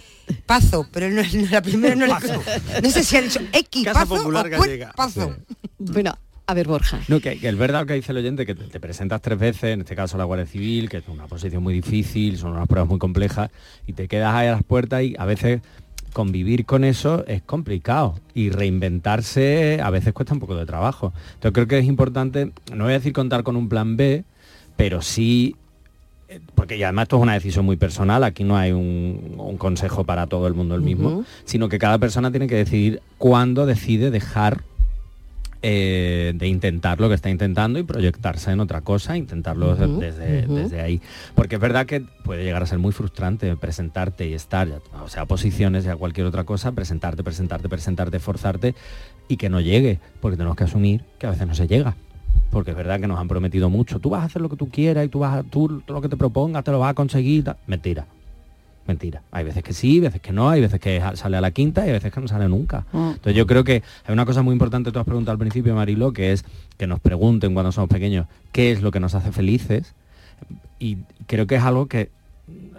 Speaker 6: pazo, pero no, no, la primera no la...
Speaker 4: Pazo.
Speaker 6: No sé si ha dicho
Speaker 4: Casa
Speaker 6: equipazo o
Speaker 4: Popular Gallega.
Speaker 6: cuerpazo.
Speaker 2: Bueno, a ver, Borja.
Speaker 4: No, que, que es verdad lo que dice el oyente, que te, te presentas tres veces, en este caso a la Guardia Civil, que es una posición muy difícil, son unas pruebas muy complejas, y te quedas ahí a las puertas y a veces convivir con eso es complicado y reinventarse a veces cuesta un poco de trabajo. Entonces creo que es importante, no voy a decir contar con un plan B, pero sí eh, porque y además esto es una decisión muy personal, aquí no hay un, un consejo para todo el mundo el mismo, sino que cada persona tiene que decidir cuándo decide dejar eh, de intentar lo que está intentando y proyectarse en otra cosa, intentarlo de-
Speaker 7: Ujú,
Speaker 4: desde,
Speaker 7: ujú.
Speaker 4: desde ahí. Porque es verdad que puede llegar a ser muy frustrante presentarte y estar, ya- o sea, a posiciones y a cualquier otra cosa, presentarte, presentarte, presentarte, forzarte y que no llegue, porque tenemos que asumir que a veces no se llega. Porque es verdad que nos han prometido mucho, tú vas a hacer lo que tú quieras y tú vas a, tú todo lo que te propongas te lo vas a conseguir. tal. Mentira, mentira. Hay veces que sí, veces que no, hay veces que sale a la quinta y hay veces que no sale nunca.
Speaker 2: Mm.
Speaker 4: Entonces yo creo que hay una cosa muy importante, tú has preguntado al principio, Marilo, que es que nos pregunten cuando somos pequeños qué es lo que nos hace felices. Y creo que es algo que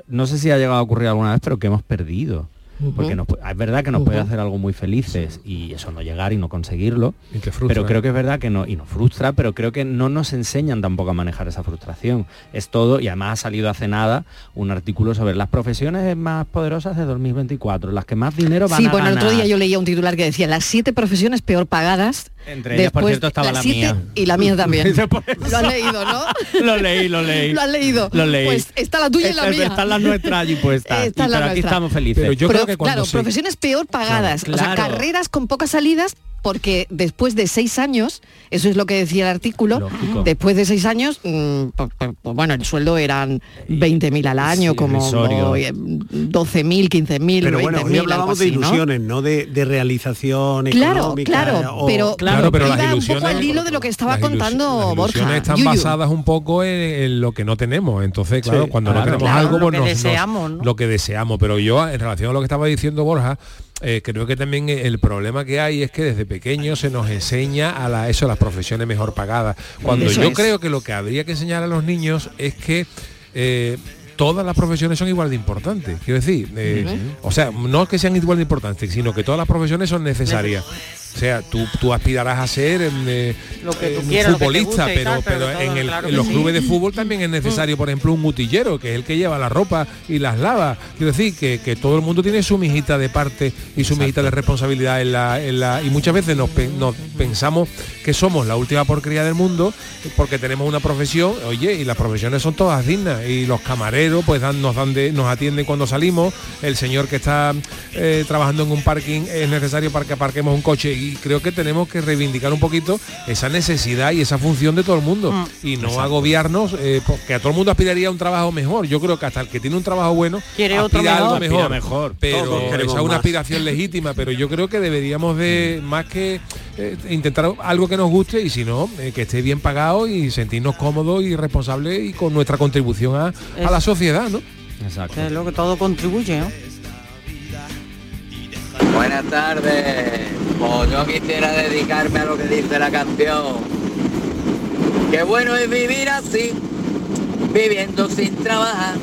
Speaker 4: no sé si ha llegado a ocurrir alguna vez, pero que hemos perdido. Porque nos pu- es verdad que nos puede
Speaker 7: Ujú.
Speaker 4: hacer algo muy felices y eso no llegar y no conseguirlo.
Speaker 7: Y te frustra.
Speaker 2: ¿eh?
Speaker 4: Pero creo que es verdad que no, y nos frustra, pero creo que no nos enseñan tampoco a manejar esa frustración. Es todo, y además ha salido hace nada un artículo sobre las profesiones más poderosas de 2024, las que más dinero van
Speaker 2: Sí,
Speaker 4: a
Speaker 2: bueno, el
Speaker 4: ganar.
Speaker 2: otro día yo leía un titular que decía las siete profesiones peor pagadas.
Speaker 4: Entre ellas, por
Speaker 2: después-
Speaker 4: cierto, estaba
Speaker 2: las
Speaker 4: la
Speaker 2: siete
Speaker 4: mía.
Speaker 2: Y la mía también.
Speaker 4: Eso por
Speaker 2: Lo has leído, ¿no?
Speaker 4: lo leí, lo leí.
Speaker 2: Lo has leído.
Speaker 4: Lo leí.
Speaker 2: Pues está la tuya y la
Speaker 4: Está-
Speaker 2: mía.
Speaker 4: Están las nuestras allí puestas.
Speaker 2: Está
Speaker 4: Y-
Speaker 2: la
Speaker 4: pero aquí
Speaker 2: nuestra.
Speaker 4: estamos felices.
Speaker 2: Pero, claro, profesiones peor pagadas,
Speaker 4: Claro,
Speaker 2: o sea,
Speaker 4: claro.
Speaker 2: carreras con pocas salidas, porque después de seis años, eso es lo que decía el artículo,
Speaker 4: Lógico.
Speaker 2: después de seis años, mm, pues, pues, pues, bueno, el sueldo eran 20.000 al año, como
Speaker 5: irrisorio.
Speaker 2: como, eh, 12.000, 15.000,
Speaker 5: Pero bueno, hoy
Speaker 2: 20.000, algo
Speaker 5: hablábamos
Speaker 2: así,
Speaker 5: de
Speaker 2: ¿no?
Speaker 5: ilusiones, ¿no? de, de realización
Speaker 2: Claro,
Speaker 5: económica.
Speaker 2: claro,
Speaker 5: o-
Speaker 2: pero,
Speaker 7: Claro, pero las
Speaker 2: iba un
Speaker 7: ilusiones-
Speaker 2: poco al hilo de lo que estaba
Speaker 7: las ilusio-
Speaker 2: contando
Speaker 7: Las
Speaker 2: Borja.
Speaker 7: ilusiones están
Speaker 2: Yuyu.
Speaker 7: basadas un poco en, en lo que no tenemos. Entonces, claro, cuando
Speaker 2: claro.
Speaker 7: no tenemos
Speaker 2: Claro,
Speaker 7: algo,
Speaker 2: lo
Speaker 7: pues
Speaker 2: que
Speaker 7: nos-
Speaker 2: deseamos,
Speaker 7: nos- lo que deseamos. Pero yo, en relación a lo que estaba diciendo Borja, eh, creo que también el problema que hay es que desde pequeño se nos enseña a la, eso, las profesiones mejor pagadas. Cuando
Speaker 30: Eso
Speaker 7: yo
Speaker 30: es.
Speaker 7: creo que lo que habría que enseñar a los niños es que eh, todas las profesiones son igual de importantes. Quiero decir, eh,
Speaker 30: Ujú.
Speaker 7: o sea, no que sean igual de importantes, sino que todas las profesiones son necesarias. O sea, tú, tú aspirarás a ser em, eh,
Speaker 30: Lo que tú
Speaker 7: eh, un
Speaker 30: quieras, lo que te
Speaker 7: futbolista,
Speaker 30: guste y
Speaker 7: pero,
Speaker 30: tal, pero
Speaker 7: pero
Speaker 30: todo,
Speaker 7: en, el-
Speaker 30: claro
Speaker 7: en
Speaker 30: que
Speaker 7: los
Speaker 30: sí. Mm.
Speaker 7: clubes de fútbol también es necesario, por ejemplo, un mutillero, que es el que lleva la ropa y las lava. Quiero decir que, que todo el mundo tiene su mijita de parte y su mijita de responsabilidad en la, en la- y muchas veces nos, pe- nos pensamos que somos la última porquería del mundo porque tenemos una profesión, oye, y las profesiones son todas dignas y los camareros pues dan, nos dan de, nos atienden cuando salimos, el señor que está eh, trabajando en un parking es necesario para que aparquemos un coche y creo que tenemos que reivindicar un poquito esa necesidad y esa función de todo el mundo
Speaker 30: Mm.
Speaker 7: y no
Speaker 30: Exacto.
Speaker 7: agobiarnos eh, porque a todo el mundo aspiraría a un trabajo mejor. Yo creo que hasta el que tiene un trabajo bueno
Speaker 30: Quiere
Speaker 7: aspira
Speaker 30: otro
Speaker 7: a algo
Speaker 30: mejor.
Speaker 7: mejor,
Speaker 30: Aspira mejor. Todos
Speaker 7: pero
Speaker 30: queremos
Speaker 7: esa es una
Speaker 30: más.
Speaker 7: aspiración legítima, pero yo creo que deberíamos de más que eh, intentar algo que nos guste y si no, eh, que esté bien pagado y sentirnos cómodos y responsables y con nuestra contribución a, a la sociedad, ¿no?
Speaker 4: Exacto.
Speaker 8: Que es lo que todo contribuye, ¿no?
Speaker 14: Buenas tardes. Pues yo quisiera dedicarme a lo que dice la canción. Qué bueno es vivir así, viviendo sin trabajar,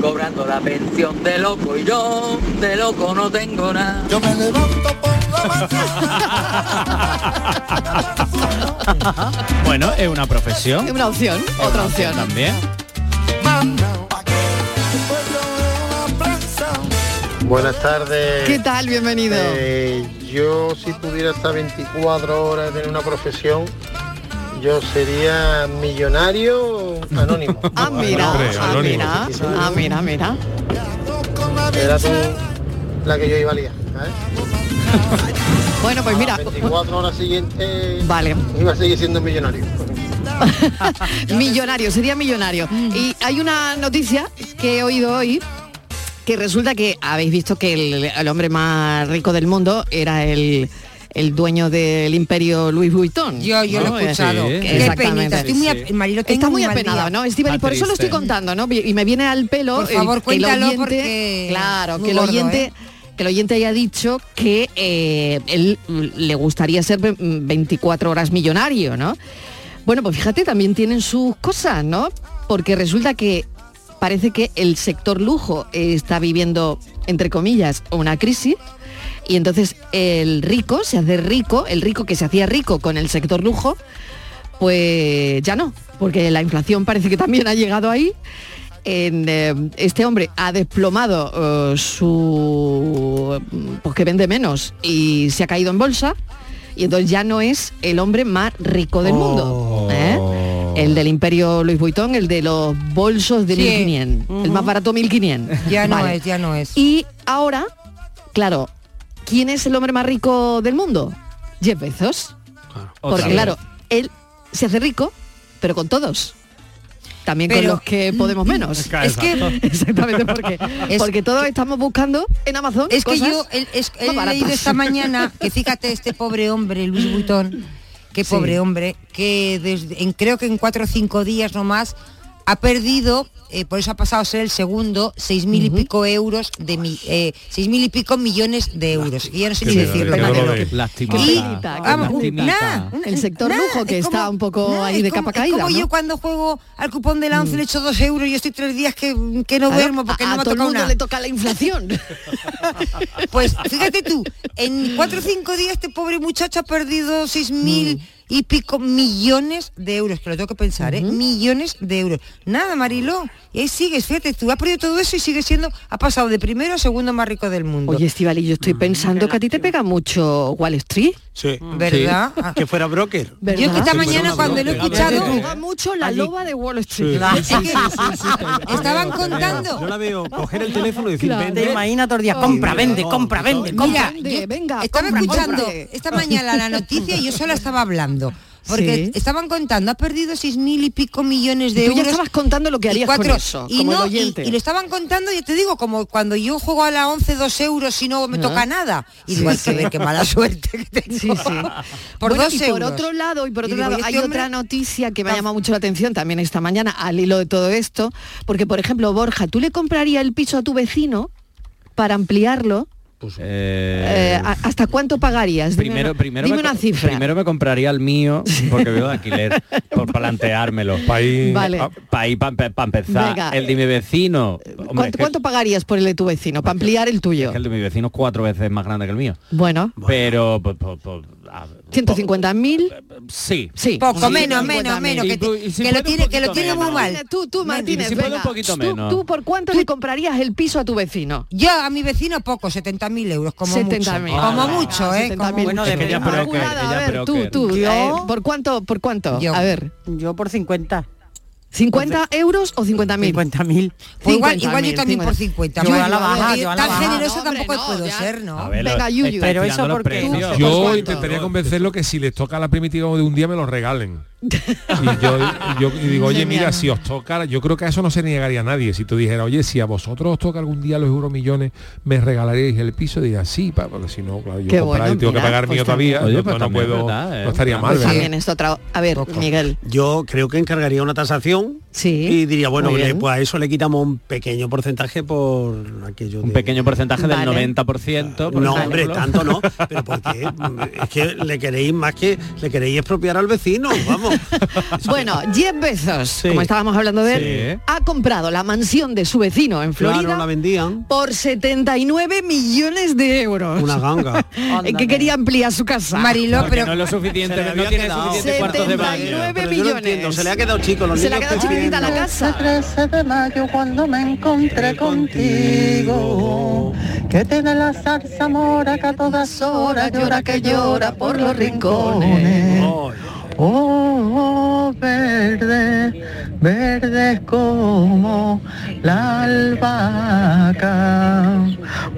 Speaker 14: cobrando la pensión de loco y yo de loco no tengo nada. Yo me levanto
Speaker 4: Bueno, es una profesión.
Speaker 2: Es una opción, otra opción.
Speaker 4: También.
Speaker 10: Buenas tardes.
Speaker 2: ¿Qué tal? Bienvenido.
Speaker 10: Eh, yo si pudiera estar 24 horas en una profesión, yo sería millonario anónimo.
Speaker 2: Ah, mira,
Speaker 10: Hombre,
Speaker 2: ah,
Speaker 10: anónimo.
Speaker 2: mira, ah, mira, mira.
Speaker 10: Era tú la que yo iba a liar. ¿eh?
Speaker 2: Bueno, pues mira.
Speaker 10: 24 horas siguientes
Speaker 2: vale.
Speaker 10: iba a seguir siendo millonario.
Speaker 2: millonario, sería millonario.
Speaker 6: Mm.
Speaker 2: Y hay una noticia que he oído hoy que resulta que habéis visto que el, el hombre más rico del mundo era el, el dueño del imperio Luis Vuitton.
Speaker 6: Yo, yo lo he escuchado. Qué penita. Estoy muy, ap- Marilo, tengo
Speaker 2: Está muy
Speaker 6: un mal
Speaker 2: apenada,
Speaker 6: día.
Speaker 2: ¿no? Estíbaliz,
Speaker 6: Está
Speaker 2: por eso lo
Speaker 6: triste.
Speaker 2: estoy contando, ¿no? Y me viene al pelo.
Speaker 6: Por
Speaker 2: eh,
Speaker 6: favor,
Speaker 2: que el
Speaker 6: cuéntalo
Speaker 2: oyente-
Speaker 6: porque
Speaker 2: Claro,
Speaker 6: muy
Speaker 2: que el
Speaker 6: gordo,
Speaker 2: oyente.
Speaker 6: ¿eh?
Speaker 2: Que el oyente haya dicho que eh, él mm, le gustaría ser ve- mm, 24 horas millonario, ¿no? Bueno, pues fíjate, también tienen sus cosas, ¿no? Porque resulta que parece que el sector lujo eh, está viviendo, entre comillas, una crisis. Y entonces el rico se hace rico, el rico que se hacía rico con el sector lujo, pues ya no, porque la inflación parece que también ha llegado ahí. En, eh, este hombre ha desplomado eh, su... pues que vende menos y se ha caído en bolsa y entonces ya no es el hombre más rico del mundo. ¿eh? El del imperio Luis Vuitton, el de los bolsos de
Speaker 6: Sí.
Speaker 2: 1500, el más barato 1500.
Speaker 6: Ya no
Speaker 2: Vale.
Speaker 6: es, ya no es.
Speaker 2: Y ahora, claro, ¿quién es el hombre más rico del mundo? Jeff Bezos. Porque
Speaker 6: vez.
Speaker 2: claro, él se hace rico, pero con todos. También con
Speaker 6: Pero-
Speaker 2: los que podemos menos.
Speaker 6: Claro, Es que- exacto.
Speaker 2: exactamente porque
Speaker 6: Es-
Speaker 2: porque todos estamos buscando en Amazon
Speaker 6: Es que
Speaker 2: cosas
Speaker 6: yo el- es-
Speaker 2: más
Speaker 6: he
Speaker 2: baratas.
Speaker 6: leído esta mañana que fíjate este pobre hombre, Luis Butón, qué
Speaker 2: Sí.
Speaker 6: pobre hombre, que desde, en, creo que en cuatro o cinco días nomás ha perdido, eh, por eso ha pasado a ser el segundo, seis mil y pico euros de mi, eh, seis mil y pico millones de euros. Y ya no sé ni decirlo.
Speaker 2: ¿eh?
Speaker 6: Manolo.
Speaker 4: Lástima. Ah,
Speaker 6: Y-
Speaker 4: Lástima.
Speaker 6: vamos,
Speaker 4: Lástima.
Speaker 6: nada,
Speaker 2: El sector
Speaker 6: nada,
Speaker 2: lujo que
Speaker 6: es
Speaker 2: está
Speaker 6: como-
Speaker 2: un poco
Speaker 6: nada,
Speaker 2: ahí
Speaker 6: es
Speaker 2: de
Speaker 6: como-
Speaker 2: capa
Speaker 6: es
Speaker 2: caída.
Speaker 6: como
Speaker 2: ¿no?
Speaker 6: yo cuando juego al cupón de la 11 le echo dos euros y estoy tres días que, que no
Speaker 2: Claro,
Speaker 6: duermo porque
Speaker 2: a-
Speaker 6: no
Speaker 2: a
Speaker 6: me ha
Speaker 2: todo el
Speaker 6: tocado
Speaker 2: mundo
Speaker 6: nada.
Speaker 2: le toca la inflación.
Speaker 6: Pues fíjate tú, en cuatro o cinco días este pobre muchacho ha perdido seis
Speaker 2: Mm.
Speaker 6: mil y pico millones de euros, que lo tengo que pensar, ¿eh? Millones de euros. Nada, Marilo. Y ahí sigues, fíjate, tú has perdido todo eso y sigue siendo, ha pasado de primero a segundo más rico del mundo.
Speaker 2: Oye, Estivali, yo estoy pensando que a ti te pega mucho Wall Street.
Speaker 5: Sí.
Speaker 6: ¿Verdad?
Speaker 5: Sí. Que fuera broker.
Speaker 2: ¿Verdad?
Speaker 6: Yo que esta mañana cuando lo he escuchado...
Speaker 2: Me pega mucho la loba de Wall Street.
Speaker 6: Sí, sí, sí,
Speaker 2: Ah,
Speaker 6: Estaban
Speaker 5: Te veo,
Speaker 6: contando.
Speaker 5: Yo la veo coger el teléfono y decir,
Speaker 8: Claro.
Speaker 5: vende.
Speaker 8: Te imaginas todo el día, compra, vende, compra, vende, compra.
Speaker 6: Mira,
Speaker 2: Vende,
Speaker 6: yo
Speaker 2: venga,
Speaker 6: estaba
Speaker 2: compra,
Speaker 6: escuchando
Speaker 2: compra.
Speaker 6: esta mañana la noticia y yo sola estaba hablando. Porque
Speaker 2: Sí.
Speaker 6: estaban contando, ha perdido seis mil y pico millones de
Speaker 2: Tú ya
Speaker 6: euros.
Speaker 2: estabas contando lo que
Speaker 6: y
Speaker 2: harías con eso,
Speaker 6: y
Speaker 2: como el
Speaker 6: no, y-
Speaker 2: oyente.
Speaker 6: Y, lo estaban contando, yo te digo, como cuando yo juego a la 11, dos euros y no me
Speaker 2: Ah.
Speaker 6: toca nada. Y digo,
Speaker 2: Sí,
Speaker 6: ay, qué,
Speaker 2: sí.
Speaker 6: qué mala suerte que tengo. Por
Speaker 2: Bueno,
Speaker 6: dos
Speaker 2: y
Speaker 6: euros.
Speaker 2: por otro lado, y
Speaker 6: Y
Speaker 2: por otro
Speaker 6: digo,
Speaker 2: lado,
Speaker 6: ¿y este
Speaker 2: hay
Speaker 6: hombre?
Speaker 2: otra noticia que me ha llamado mucho la atención también esta mañana, al hilo de todo esto, porque por ejemplo, Borja, ¿tú le comprarías el piso a tu vecino para ampliarlo? Eh, ¿a- ¿Hasta cuánto pagarías? Dime
Speaker 4: Primero,
Speaker 2: una-
Speaker 4: primero,
Speaker 2: dime
Speaker 4: me,
Speaker 2: una
Speaker 4: co-
Speaker 2: cifra.
Speaker 4: primero me compraría el mío porque vivo de alquiler por planteármelo. País
Speaker 2: Vale.
Speaker 4: para empezar.
Speaker 2: Venga. Eh,
Speaker 4: El de mi vecino. hombre,
Speaker 2: ¿Cuánto,
Speaker 4: es que-
Speaker 2: cuánto pagarías por el de tu vecino, para ampliar el tuyo?
Speaker 4: es que el de mi vecino es cuatro veces más grande que el mío.
Speaker 2: Bueno,
Speaker 4: Pero pues, pues, pues, ah,
Speaker 2: 150.000.
Speaker 4: sí.
Speaker 2: Sí.
Speaker 6: Poco, menos,
Speaker 2: 150.000.
Speaker 6: menos, menos, que, te-
Speaker 4: Y
Speaker 6: que
Speaker 4: si puede
Speaker 6: lo
Speaker 4: un
Speaker 6: tiene, que lo
Speaker 4: poquito
Speaker 6: tiene muy
Speaker 4: menos.
Speaker 6: mal.
Speaker 2: Tú, tú, Martínez,
Speaker 4: si puede
Speaker 2: venga,
Speaker 4: un poquito
Speaker 2: tú-
Speaker 4: menos.
Speaker 2: ¿Tú por cuánto le comprarías el piso a tu vecino?
Speaker 6: Yo a mi vecino poco, 70.000 euros, como
Speaker 2: 70.000.
Speaker 6: mucho. Como
Speaker 2: Ah,
Speaker 6: mucho, ¿eh? como
Speaker 2: 70.000.
Speaker 6: mucho.
Speaker 2: Es que ya es broker, Calculada, a ella es ver, tú, broker. tú, eh, ¿por cuánto? ¿Por cuánto?
Speaker 8: Yo.
Speaker 2: A ver.
Speaker 8: Yo por 50.
Speaker 2: ¿50 euros o 50 mil?
Speaker 8: 50 mil.
Speaker 6: Pues igual, igual yo también por 50.
Speaker 8: Yo
Speaker 6: Bueno,
Speaker 8: a la baja, yo a la
Speaker 6: Tan
Speaker 8: baja.
Speaker 6: generoso tampoco puedo ser, ¿no?
Speaker 4: A ver, lo- está
Speaker 8: Pero
Speaker 4: estirando
Speaker 8: eso
Speaker 4: los
Speaker 8: porque tú-
Speaker 4: precios.
Speaker 7: Yo intentaría convencerlo que si les toca la primitiva de un día me lo regalen. Y yo, yo digo, oye, mira, si os toca, yo creo que a eso no se negaría a nadie. Si tú dijera, oye, si a vosotros os toca algún día los euros millones, me regalaréis el piso, diría, sí, pa, porque si no, claro, yo
Speaker 2: Qué
Speaker 7: comprar
Speaker 2: bueno,
Speaker 7: y tengo
Speaker 2: mira,
Speaker 7: que pagar
Speaker 2: pues
Speaker 7: mío
Speaker 2: también.
Speaker 7: todavía,
Speaker 2: Oye,
Speaker 7: no-
Speaker 2: pues
Speaker 7: no,
Speaker 2: también es
Speaker 7: puedo,
Speaker 2: verdad, ¿eh?
Speaker 7: no estaría mal,
Speaker 2: Pues
Speaker 7: ¿verdad?
Speaker 2: También es otra... A ver, Miguel.
Speaker 5: Yo creo que encargaría una tasación y diría, bueno,
Speaker 4: Muy
Speaker 5: le-
Speaker 4: bien.
Speaker 5: pues a eso le quitamos un pequeño porcentaje por aquello
Speaker 4: Un pequeño porcentaje del
Speaker 5: Vale.
Speaker 4: 90%. por
Speaker 5: No,
Speaker 4: ejemplo.
Speaker 5: hombre, tanto no, pero porque es que le queréis más que le queréis expropiar al vecino, vamos.
Speaker 2: Bueno, Jeff Bezos, como estábamos hablando de él, ha comprado la mansión de su vecino en Florida
Speaker 5: Claro, la vendían.
Speaker 2: por 79 millones de euros.
Speaker 5: Una ganga.
Speaker 2: Eh, que quería ampliar su casa.
Speaker 6: Mariló,
Speaker 4: Porque no es lo suficiente, no tiene suficientes cuartos de baño.
Speaker 5: Pero yo no entiendo, se le ha quedado chico los
Speaker 2: Se le ha
Speaker 5: niños
Speaker 2: quedado
Speaker 5: pequeños.
Speaker 2: chiquitita la casa.
Speaker 31: 13 de mayo cuando me encontré contigo que tiene la salsa mora que a todas horas llora que llora por los rincones oh verde verdes como la albahaca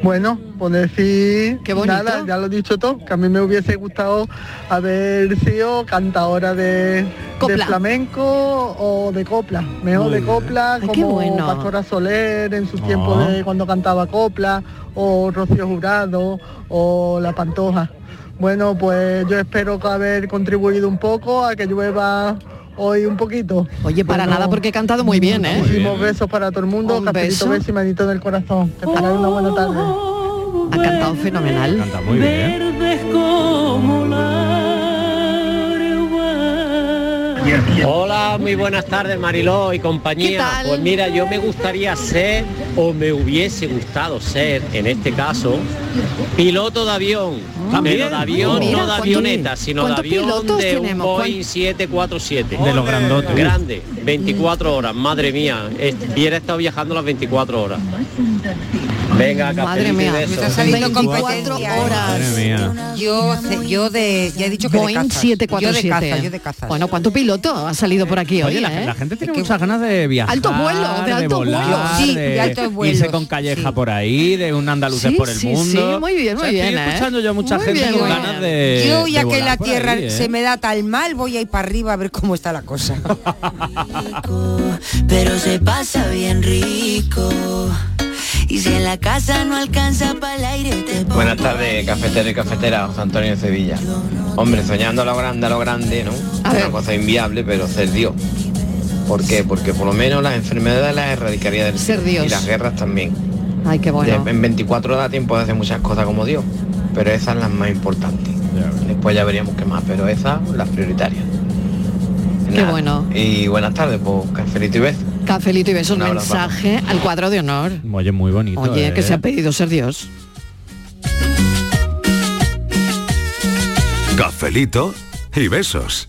Speaker 31: bueno por decir
Speaker 2: bonito.
Speaker 31: nada ya lo he dicho todo que a mí me hubiese gustado haber sido cantadora de, de
Speaker 2: Copla.
Speaker 31: flamenco o de copla mejor
Speaker 2: Muy Ah.
Speaker 31: de copla
Speaker 2: Ay, qué
Speaker 31: como
Speaker 2: bueno.
Speaker 31: Pastora Soler en su tiempo de cuando cantaba copla o Rocío Jurado o La Pantoja. Bueno, pues yo espero que haber contribuido un poco a que llueva hoy un poquito.
Speaker 2: Oye, para nada, porque he cantado muy bien, ¿eh?
Speaker 31: Muchísimos besos para todo el mundo,
Speaker 2: Un
Speaker 31: cafecito,
Speaker 2: beso.
Speaker 31: beso y manito del corazón. Que tengáis una buena tarde.
Speaker 2: Ha cantado fenomenal.
Speaker 11: Canta muy bien.
Speaker 17: Hola, muy buenas tardes Mariló y
Speaker 2: ¿Qué
Speaker 17: compañía.
Speaker 2: tal?
Speaker 17: Pues mira, yo me gustaría ser o me hubiese gustado ser, en este caso, piloto de avión.
Speaker 2: Mm.
Speaker 11: También.
Speaker 17: Pero de avión,
Speaker 11: Mira,
Speaker 17: no de
Speaker 11: ¿cuántos-
Speaker 17: avioneta, sino de
Speaker 11: cuántos
Speaker 17: avión
Speaker 11: pilotos
Speaker 17: de un
Speaker 11: tenemos?
Speaker 17: Boeing 747.
Speaker 11: De los grandotes.
Speaker 17: Grande, 24 horas, madre mía. es- Hubiera estado viajando las 24 horas. Venga,
Speaker 2: Madre
Speaker 17: cafelito y
Speaker 2: mía,
Speaker 17: besos.
Speaker 2: me está saliendo 24 horas.
Speaker 17: Madre mía.
Speaker 6: Yo, ce- yo de, ya he dicho que
Speaker 2: Boeing
Speaker 6: de caza. Yo de
Speaker 2: 747.
Speaker 6: caza, yo de caza.
Speaker 2: Bueno, ¿cuánto piloto ha salido por aquí hoy?
Speaker 11: Oye, la,
Speaker 2: eh?
Speaker 11: la gente tiene muchas ganas de viajar.
Speaker 2: Alto vuelo, de alto
Speaker 11: volar,
Speaker 2: vuelo. Sí,
Speaker 11: de
Speaker 2: de alto vuelo,
Speaker 11: Irse con calleja por ahí, de un andaluces
Speaker 2: Sí,
Speaker 11: por el
Speaker 2: sí,
Speaker 11: mundo.
Speaker 2: sí, muy bien,
Speaker 11: O sea,
Speaker 2: muy bien,
Speaker 11: Estoy
Speaker 2: ¿eh?
Speaker 11: escuchando yo a mucha
Speaker 2: Muy
Speaker 11: gente
Speaker 2: bien,
Speaker 11: con
Speaker 2: muy
Speaker 11: ganas de.
Speaker 6: yo
Speaker 11: de
Speaker 6: ya que
Speaker 11: volar
Speaker 6: la
Speaker 11: por
Speaker 6: tierra
Speaker 11: ahí, ¿eh?
Speaker 6: se me da tan mal, voy a ir para arriba a ver cómo está la cosa.
Speaker 32: pero se pasa bien rico. Y si en la casa no alcanza para el aire, te
Speaker 14: Buenas tardes, cafetero y cafetera, José Antonio de Sevilla. Hombre, soñando a lo grande, a lo grande, ¿no? Una cosa inviable, pero ser Dios. ¿Por qué? Porque por lo menos las enfermedades las erradicaría del
Speaker 2: Ser
Speaker 14: cielo.
Speaker 2: Dios.
Speaker 14: Y las guerras también.
Speaker 2: Ay, qué bueno.
Speaker 14: De- En 24 da tiempo de hacer muchas cosas como Dios, pero esas las más importantes. Después ya veríamos qué más, pero esas las prioritarias.
Speaker 2: Qué bueno.
Speaker 14: Y buenas tardes, pues cafelito y besos.
Speaker 2: Cafelito y beso, un
Speaker 14: Un abrazo.
Speaker 2: mensaje al cuadro de honor.
Speaker 11: Oye, muy bonito.
Speaker 2: Oye, que
Speaker 11: ¿eh?
Speaker 2: se ha pedido ser Dios.
Speaker 33: Cafelito y besos.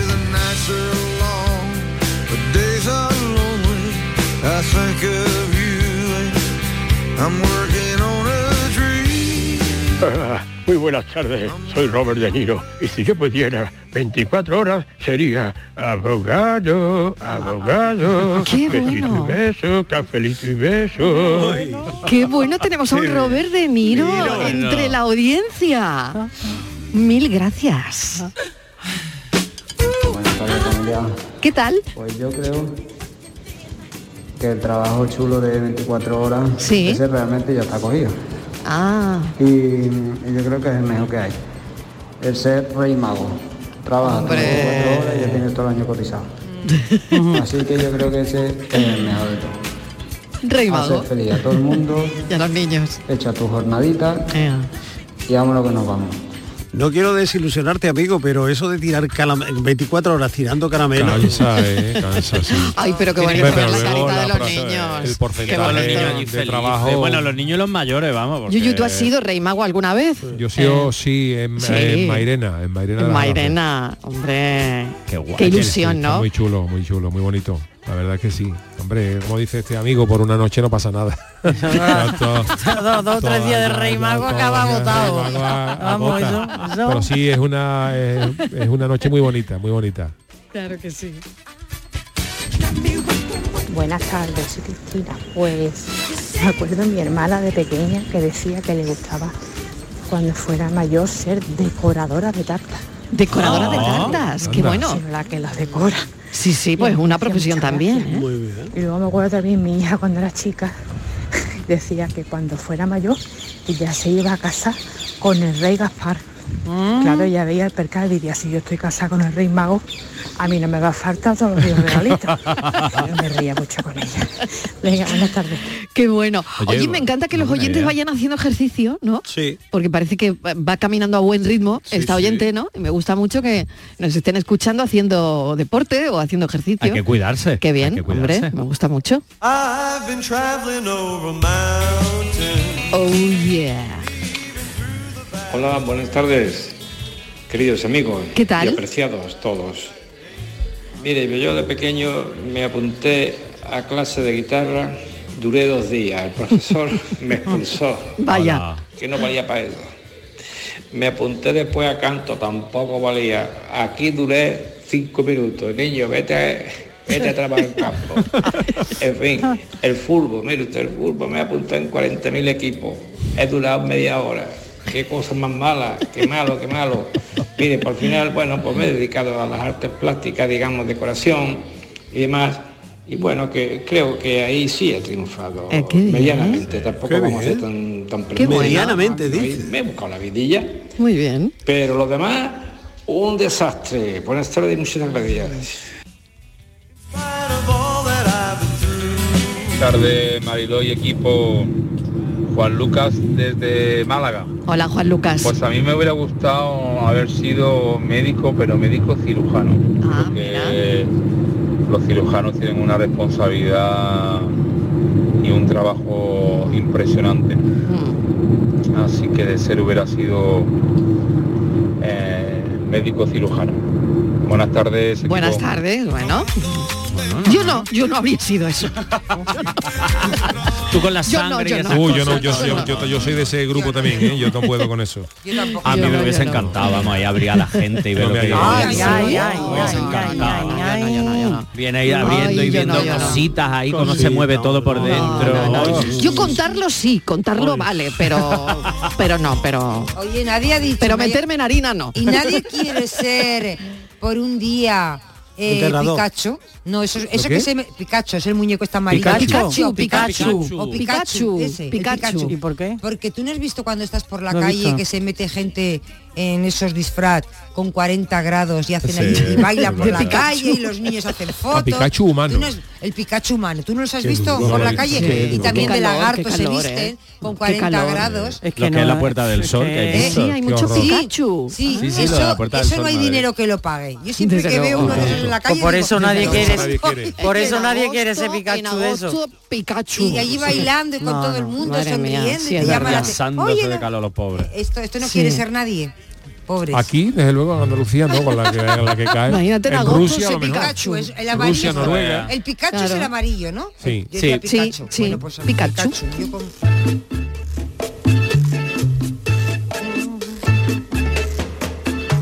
Speaker 3: I think of you and I'm working on a dream.
Speaker 34: Muy buenas tardes, soy Robert De Niro y si yo pudiera 24 horas sería abogado, abogado,
Speaker 2: Ah, Qué
Speaker 34: cafelito
Speaker 2: bueno.
Speaker 34: y beso, cafelito y beso.
Speaker 2: Qué bueno, tenemos a un
Speaker 34: Sí.
Speaker 2: Robert De Niro
Speaker 34: Niro.
Speaker 2: entre la audiencia. Mil gracias. ¿Qué tal?
Speaker 35: Pues yo creo
Speaker 14: que el trabajo chulo de 24 horas,
Speaker 2: Sí.
Speaker 14: ese realmente ya está cogido.
Speaker 2: Ah,
Speaker 14: Y, y yo creo que es el mejor que hay. El ser rey mago. Trabaja 24 horas y ya tiene todo el año cotizado. Así que yo creo que ese es el mejor de todos.
Speaker 2: Rey Mago.
Speaker 14: Hacer feliz a todo el mundo.
Speaker 2: y a los niños.
Speaker 14: Echa tu jornadita y vámonos que nos vamos.
Speaker 5: No quiero desilusionarte, amigo, pero eso de tirar calam- 24 horas tirando caramelo.
Speaker 7: Cansa, eh, cansa, sí.
Speaker 2: Ay, pero qué
Speaker 7: Tiene
Speaker 2: bonito
Speaker 7: que
Speaker 2: ver la
Speaker 7: ver luego
Speaker 2: carita de
Speaker 7: la
Speaker 2: los
Speaker 7: frase,
Speaker 2: niños.
Speaker 7: El porcentaje
Speaker 4: bonito.
Speaker 7: de,
Speaker 4: Allí felices.
Speaker 7: trabajo.
Speaker 4: Bueno, los niños los mayores, vamos. porque-
Speaker 2: Yuyu, ¿tú has sido Rey Mago alguna vez?
Speaker 7: Yo sí, oh, sí, en,
Speaker 2: Sí.
Speaker 7: en Mairena, en Mairena. de la
Speaker 2: Mairena, hombre.
Speaker 7: Qué guay.
Speaker 2: Qué ilusión, ¿no?
Speaker 7: Muy chulo, muy chulo, muy bonito. La verdad es que sí. Hombre, como dice este amigo, por una noche no pasa nada. Ya todo-
Speaker 8: Dos, dos, tres días de Rey Mago acaba agotado. Vamos, eso,
Speaker 7: agota.
Speaker 8: eso.
Speaker 7: Pero sí, es una, es, es una noche muy bonita, muy bonita.
Speaker 36: Claro que sí.
Speaker 18: Buenas tardes, soy Cristina. Pues me acuerdo mi hermana de pequeña que decía que le gustaba cuando fuera mayor ser decoradora de tartas.
Speaker 2: Decoradora de tartas, qué bueno.
Speaker 18: La que las decora.
Speaker 2: Sí, sí, pues una profesión también. ¿eh?
Speaker 18: Y luego me acuerdo también mi hija cuando era chica decía que cuando fuera mayor ella se iba a casar con el rey Gaspar. Claro, ya veía el percal y decía, si yo estoy casada con el rey mago, a mí no me va a faltar todos los días un regalito. Yo me ría mucho con ella. Venga, buenas tardes.
Speaker 2: Qué bueno. Oye,
Speaker 18: Oye,
Speaker 2: me encanta que
Speaker 18: una
Speaker 2: los
Speaker 18: buena
Speaker 2: oyentes
Speaker 18: idea.
Speaker 2: vayan haciendo ejercicio, ¿no?
Speaker 5: Sí.
Speaker 2: Porque parece que va va caminando a buen ritmo esta oyente, ¿no? Y me gusta mucho que nos estén escuchando haciendo deporte o haciendo ejercicio.
Speaker 4: Hay que cuidarse.
Speaker 2: Qué bien,
Speaker 4: hay que cuidarse.
Speaker 2: hombre, me gusta mucho.
Speaker 3: I've been traveling over mountains.
Speaker 2: Oh yeah.
Speaker 37: Hola, buenas tardes, queridos amigos.
Speaker 2: ¿Qué tal?
Speaker 37: Y apreciados todos. Mire, yo de pequeño me apunté a clase de guitarra, duré dos días. El profesor me expulsó.
Speaker 2: Vaya.
Speaker 37: Que no valía para eso. Me apunté después a canto, tampoco valía. Aquí duré cinco minutos. Niño, vete, vete a trabajar en campo. En fin, el fútbol, mire usted, el fútbol me apuntó en 40.000 equipos. He durado media hora. Qué cosa más mala, qué malo, qué malo. Mire, por final, bueno, pues me he dedicado a las artes plásticas, digamos, decoración y demás. Y bueno, que creo que ahí sí he triunfado
Speaker 2: Eh, qué bien.
Speaker 37: medianamente. Tampoco
Speaker 2: Qué
Speaker 37: vamos a
Speaker 2: bien.
Speaker 37: ser tan, tan
Speaker 2: Qué bueno. Medianamente,
Speaker 37: Ahí Me he buscado la vidilla.
Speaker 2: Muy bien.
Speaker 37: Pero lo demás, un desastre. Pues Buenas tardes y muchas gracias.
Speaker 30: tarde Mariló y equipo Juan Lucas desde Málaga.
Speaker 2: Hola, Juan Lucas.
Speaker 30: Pues a mí me hubiera gustado haber sido médico, pero médico cirujano. porque los cirujanos tienen una responsabilidad y un trabajo impresionante. Así que de ser hubiera sido eh, médico cirujano. Buenas tardes. equipo.
Speaker 2: Buenas tardes, bueno. Yo no, yo no habría sido eso.
Speaker 4: Tú con la
Speaker 2: Yo no,
Speaker 4: sangre
Speaker 2: yo
Speaker 4: y
Speaker 2: no.
Speaker 4: esas
Speaker 7: Uy, yo no,
Speaker 4: cosas,
Speaker 7: yo, yo- yo- yo soy de ese grupo también, ¿eh? yo no puedo con eso.
Speaker 4: A mí me hubiese encantado, vamos, ahí abrir a la gente y ver
Speaker 7: No
Speaker 4: lo
Speaker 7: me
Speaker 4: que...
Speaker 7: hagas.
Speaker 4: Ay, ay,
Speaker 7: Ay, ay,
Speaker 4: ay, me hubiese encantado. Viene ahí abriendo
Speaker 2: Ay,
Speaker 4: y
Speaker 2: yo
Speaker 4: viendo
Speaker 2: no, yo no.
Speaker 4: cositas ahí, cómo se mueve todo por dentro.
Speaker 2: Yo contarlo sí, contarlo vale, pero pero no, pero
Speaker 6: Oye, nadie ha dicho.
Speaker 2: pero
Speaker 6: nadie-
Speaker 2: meterme en harina no.
Speaker 6: Y nadie quiere ser por un día eh,
Speaker 2: Enterrador.
Speaker 6: Pikachu. No, eso, eso
Speaker 2: qué?
Speaker 6: que se me- Pikachu es el muñeco está amarillo.
Speaker 2: Pikachu,
Speaker 6: O Pikachu.
Speaker 2: Pikachu.
Speaker 6: O
Speaker 2: Pikachu,
Speaker 6: Pikachu. ese, el
Speaker 2: Pikachu. ¿Y
Speaker 6: por qué? Porque tú no has visto cuando estás por la
Speaker 2: No he
Speaker 6: calle
Speaker 2: visto.
Speaker 6: que se mete gente en esos disfraz con 40 grados y hacen ahí
Speaker 7: Sí,
Speaker 6: y bailan
Speaker 7: es
Speaker 6: por la
Speaker 7: verdad.
Speaker 6: calle y los niños hacen fotos.
Speaker 7: Pikachu
Speaker 6: Tú
Speaker 7: humano.
Speaker 6: no has- el Pikachu humano. ¿Tú no los has
Speaker 7: Qué
Speaker 6: visto
Speaker 7: duro.
Speaker 6: por
Speaker 7: No lo
Speaker 6: la
Speaker 7: he
Speaker 6: calle?
Speaker 7: visto. Qué
Speaker 6: y
Speaker 7: duro.
Speaker 6: también
Speaker 7: Qué
Speaker 6: de
Speaker 7: calor,
Speaker 6: lagarto
Speaker 2: qué
Speaker 6: se
Speaker 2: calor,
Speaker 6: visten
Speaker 2: eh.
Speaker 6: con
Speaker 2: Qué
Speaker 6: 40
Speaker 2: calor.
Speaker 6: grados.
Speaker 4: lo que es la Puerta del Sol, que hay
Speaker 2: Eh,
Speaker 4: mucho.
Speaker 2: sí, hay mucho
Speaker 4: Qué horror.
Speaker 2: Pikachu.
Speaker 6: Sí,
Speaker 4: Sí, sí, lo de la
Speaker 6: eso,
Speaker 4: Puerta del
Speaker 6: eso
Speaker 4: Sol,
Speaker 6: no hay
Speaker 4: madre.
Speaker 6: dinero que lo pague. Yo siempre
Speaker 4: Desde
Speaker 6: que veo uno
Speaker 4: luego.
Speaker 6: de esos en la calle.
Speaker 8: Pues por
Speaker 6: digo,
Speaker 8: eso
Speaker 6: "Desde
Speaker 8: nadie
Speaker 6: luego".
Speaker 8: quiere- Nadie quiere. por
Speaker 6: En
Speaker 8: eso nadie
Speaker 6: agosto-
Speaker 8: quiere ser
Speaker 6: en
Speaker 8: Pikachu de
Speaker 6: agosto
Speaker 8: esos.
Speaker 2: Pikachu.
Speaker 6: Y allí bailando con
Speaker 4: No,
Speaker 6: todo
Speaker 4: no,
Speaker 6: el mundo
Speaker 4: madre mía,
Speaker 6: sonriendo
Speaker 4: sí,
Speaker 6: y te
Speaker 4: es
Speaker 6: llaman a
Speaker 4: verdad.
Speaker 6: ti,
Speaker 4: Abrazándose
Speaker 6: Oye,
Speaker 4: de calor a los pobres.
Speaker 6: esto, esto no
Speaker 4: Sí.
Speaker 6: quiere ser nadie. Pobres.
Speaker 7: Aquí, desde luego, en Andalucía, no, con la que, la que cae.
Speaker 6: Imagínate en
Speaker 7: en
Speaker 6: agosto
Speaker 7: Rusia, a
Speaker 6: ese
Speaker 7: lo mejor.
Speaker 6: Pikachu, es el amarillo.
Speaker 7: Rusia, Noruega.
Speaker 6: El Pikachu es el
Speaker 7: Claro.
Speaker 6: amarillo, ¿no?
Speaker 7: Sí.
Speaker 6: Yo
Speaker 7: Sí.
Speaker 6: decía Pikachu.
Speaker 7: Sí,
Speaker 2: sí.
Speaker 6: Bueno, pues el
Speaker 2: Pikachu.
Speaker 6: Yo con-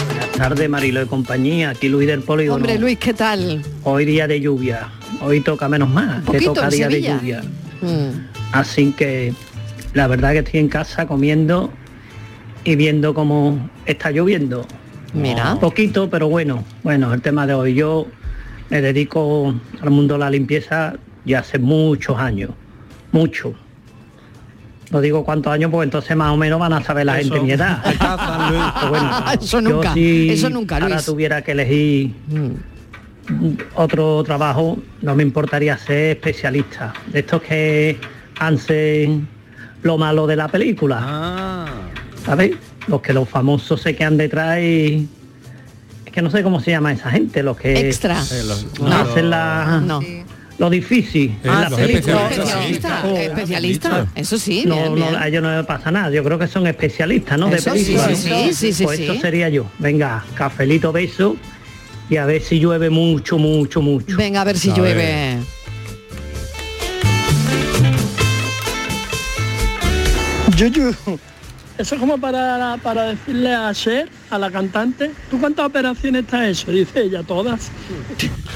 Speaker 38: Buenas tardes, Marilo y compañía. Aquí Luis del Polígono.
Speaker 2: Hombre, Luis, ¿qué tal?
Speaker 38: Hoy día de lluvia. Hoy toca menos más. que
Speaker 2: Poquito
Speaker 38: toca
Speaker 2: en
Speaker 38: día
Speaker 2: Sevilla.
Speaker 38: de lluvia.
Speaker 2: Mm.
Speaker 38: Así que la verdad que estoy en casa comiendo y viendo cómo está lloviendo. Oh.
Speaker 2: Mira.
Speaker 38: Poquito, pero bueno. Bueno, el tema de hoy. Yo me dedico al mundo de la limpieza. ya hace muchos años, mucho. No digo cuántos años, pues entonces más o menos van a saber la gente mi edad. Pero bueno, yo
Speaker 2: eso nunca,
Speaker 38: si
Speaker 2: eso nunca,
Speaker 38: ahora
Speaker 2: Luis.
Speaker 38: tuviera que elegir mm, otro trabajo, no me importaría ser especialista. De estos que hacen lo malo de la película.
Speaker 2: Ah.
Speaker 38: ¿Sabéis? Los que los famosos se quedan detrás y... Es que no sé cómo se llama esa gente, los que...
Speaker 2: Extra.
Speaker 38: Eh, los-
Speaker 2: No.
Speaker 38: hacen la- Lo difícil. la
Speaker 2: Ah, sí,
Speaker 38: película.
Speaker 2: especialista, especialista, eso sí,
Speaker 38: No,
Speaker 2: bien,
Speaker 38: no,
Speaker 2: bien.
Speaker 38: a ellos no les pasa nada. Yo creo que son especialistas, ¿no?
Speaker 2: Eso
Speaker 38: de
Speaker 2: sí,
Speaker 38: películas.
Speaker 2: sí,
Speaker 38: ¿no?
Speaker 2: sí, sí, sí,
Speaker 38: Pues
Speaker 2: sí.
Speaker 38: eso sería yo. Venga, cafelito, beso. Y a ver si llueve mucho, mucho, mucho.
Speaker 2: Venga, a ver si
Speaker 38: A
Speaker 2: llueve.
Speaker 38: ver.
Speaker 7: Yuyu, eso es como para, para decirle a Cher, a la cantante, ¿tú cuántas operaciones te has hecho? Dice ella, todas.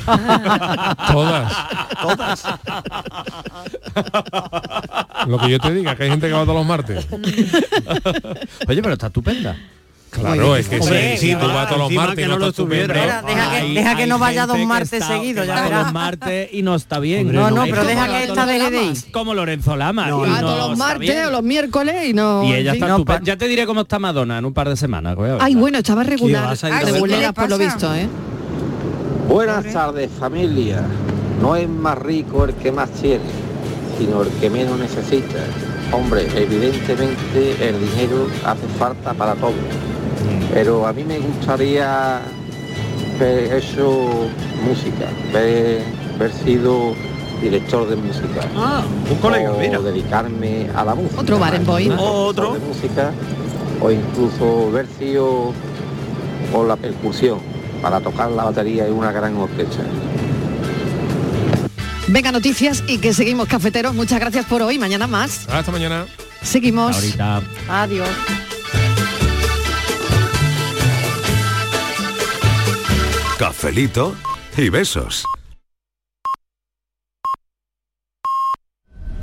Speaker 2: Ah.
Speaker 8: Todas.
Speaker 7: todas.
Speaker 8: Lo que yo te diga, que hay gente que va todos los martes.
Speaker 4: Oye, pero está estupenda.
Speaker 8: Claro, es que sí,
Speaker 4: Hombre,
Speaker 8: sí, tú vas todos los
Speaker 4: encima
Speaker 8: martes
Speaker 4: que
Speaker 8: y no
Speaker 4: no lo
Speaker 8: estás tú bien,
Speaker 4: estuviera.
Speaker 8: ¿eh?
Speaker 4: Espera, deja que-
Speaker 8: Hay-
Speaker 9: deja que
Speaker 4: hay
Speaker 9: no vaya
Speaker 4: gente
Speaker 9: dos
Speaker 4: que
Speaker 9: martes
Speaker 4: está-
Speaker 9: seguidos,
Speaker 4: que
Speaker 9: ya
Speaker 4: va
Speaker 9: verás.
Speaker 4: Todos los martes y no está bien.
Speaker 9: Hombre, No, no, no, pero deja
Speaker 4: Es como
Speaker 9: que
Speaker 4: Lorenzo
Speaker 9: esta deje de
Speaker 4: Lamas, Como Lorenzo Lama.
Speaker 2: No,
Speaker 4: y
Speaker 2: ah, todos
Speaker 4: no
Speaker 2: los
Speaker 4: está
Speaker 2: martes
Speaker 4: bien.
Speaker 2: o los miércoles y no.
Speaker 4: Y
Speaker 2: en
Speaker 4: ella
Speaker 2: fin.
Speaker 4: está estupenda. Ya te diré cómo está Madonna en un par de semanas. voy a ver.
Speaker 2: Ay, bueno, estaba
Speaker 4: ¿Qué
Speaker 2: regular,
Speaker 4: vas a ir a ver?
Speaker 2: regulera por lo
Speaker 4: ¿Qué le
Speaker 2: visto, ¿eh?
Speaker 10: Buenas tardes familia. No es más rico el que más tiene, sino el que menos necesita. Hombre, evidentemente el dinero hace falta para todo. Pero a mí me gustaría haber hecho música, haber, haber sido director de música.
Speaker 2: Ah,
Speaker 10: un colega, o dedicarme a la música.
Speaker 2: Otro Barenboim.
Speaker 10: Incluso
Speaker 2: Otro.
Speaker 10: de música o incluso haber sido o la percusión para tocar la batería en una gran orquesta.
Speaker 2: Venga, noticias y que seguimos, cafeteros. Muchas gracias por hoy. Mañana más.
Speaker 8: Hasta mañana.
Speaker 2: Seguimos.
Speaker 4: Ahorita.
Speaker 2: Adiós.
Speaker 1: Cafelito y besos.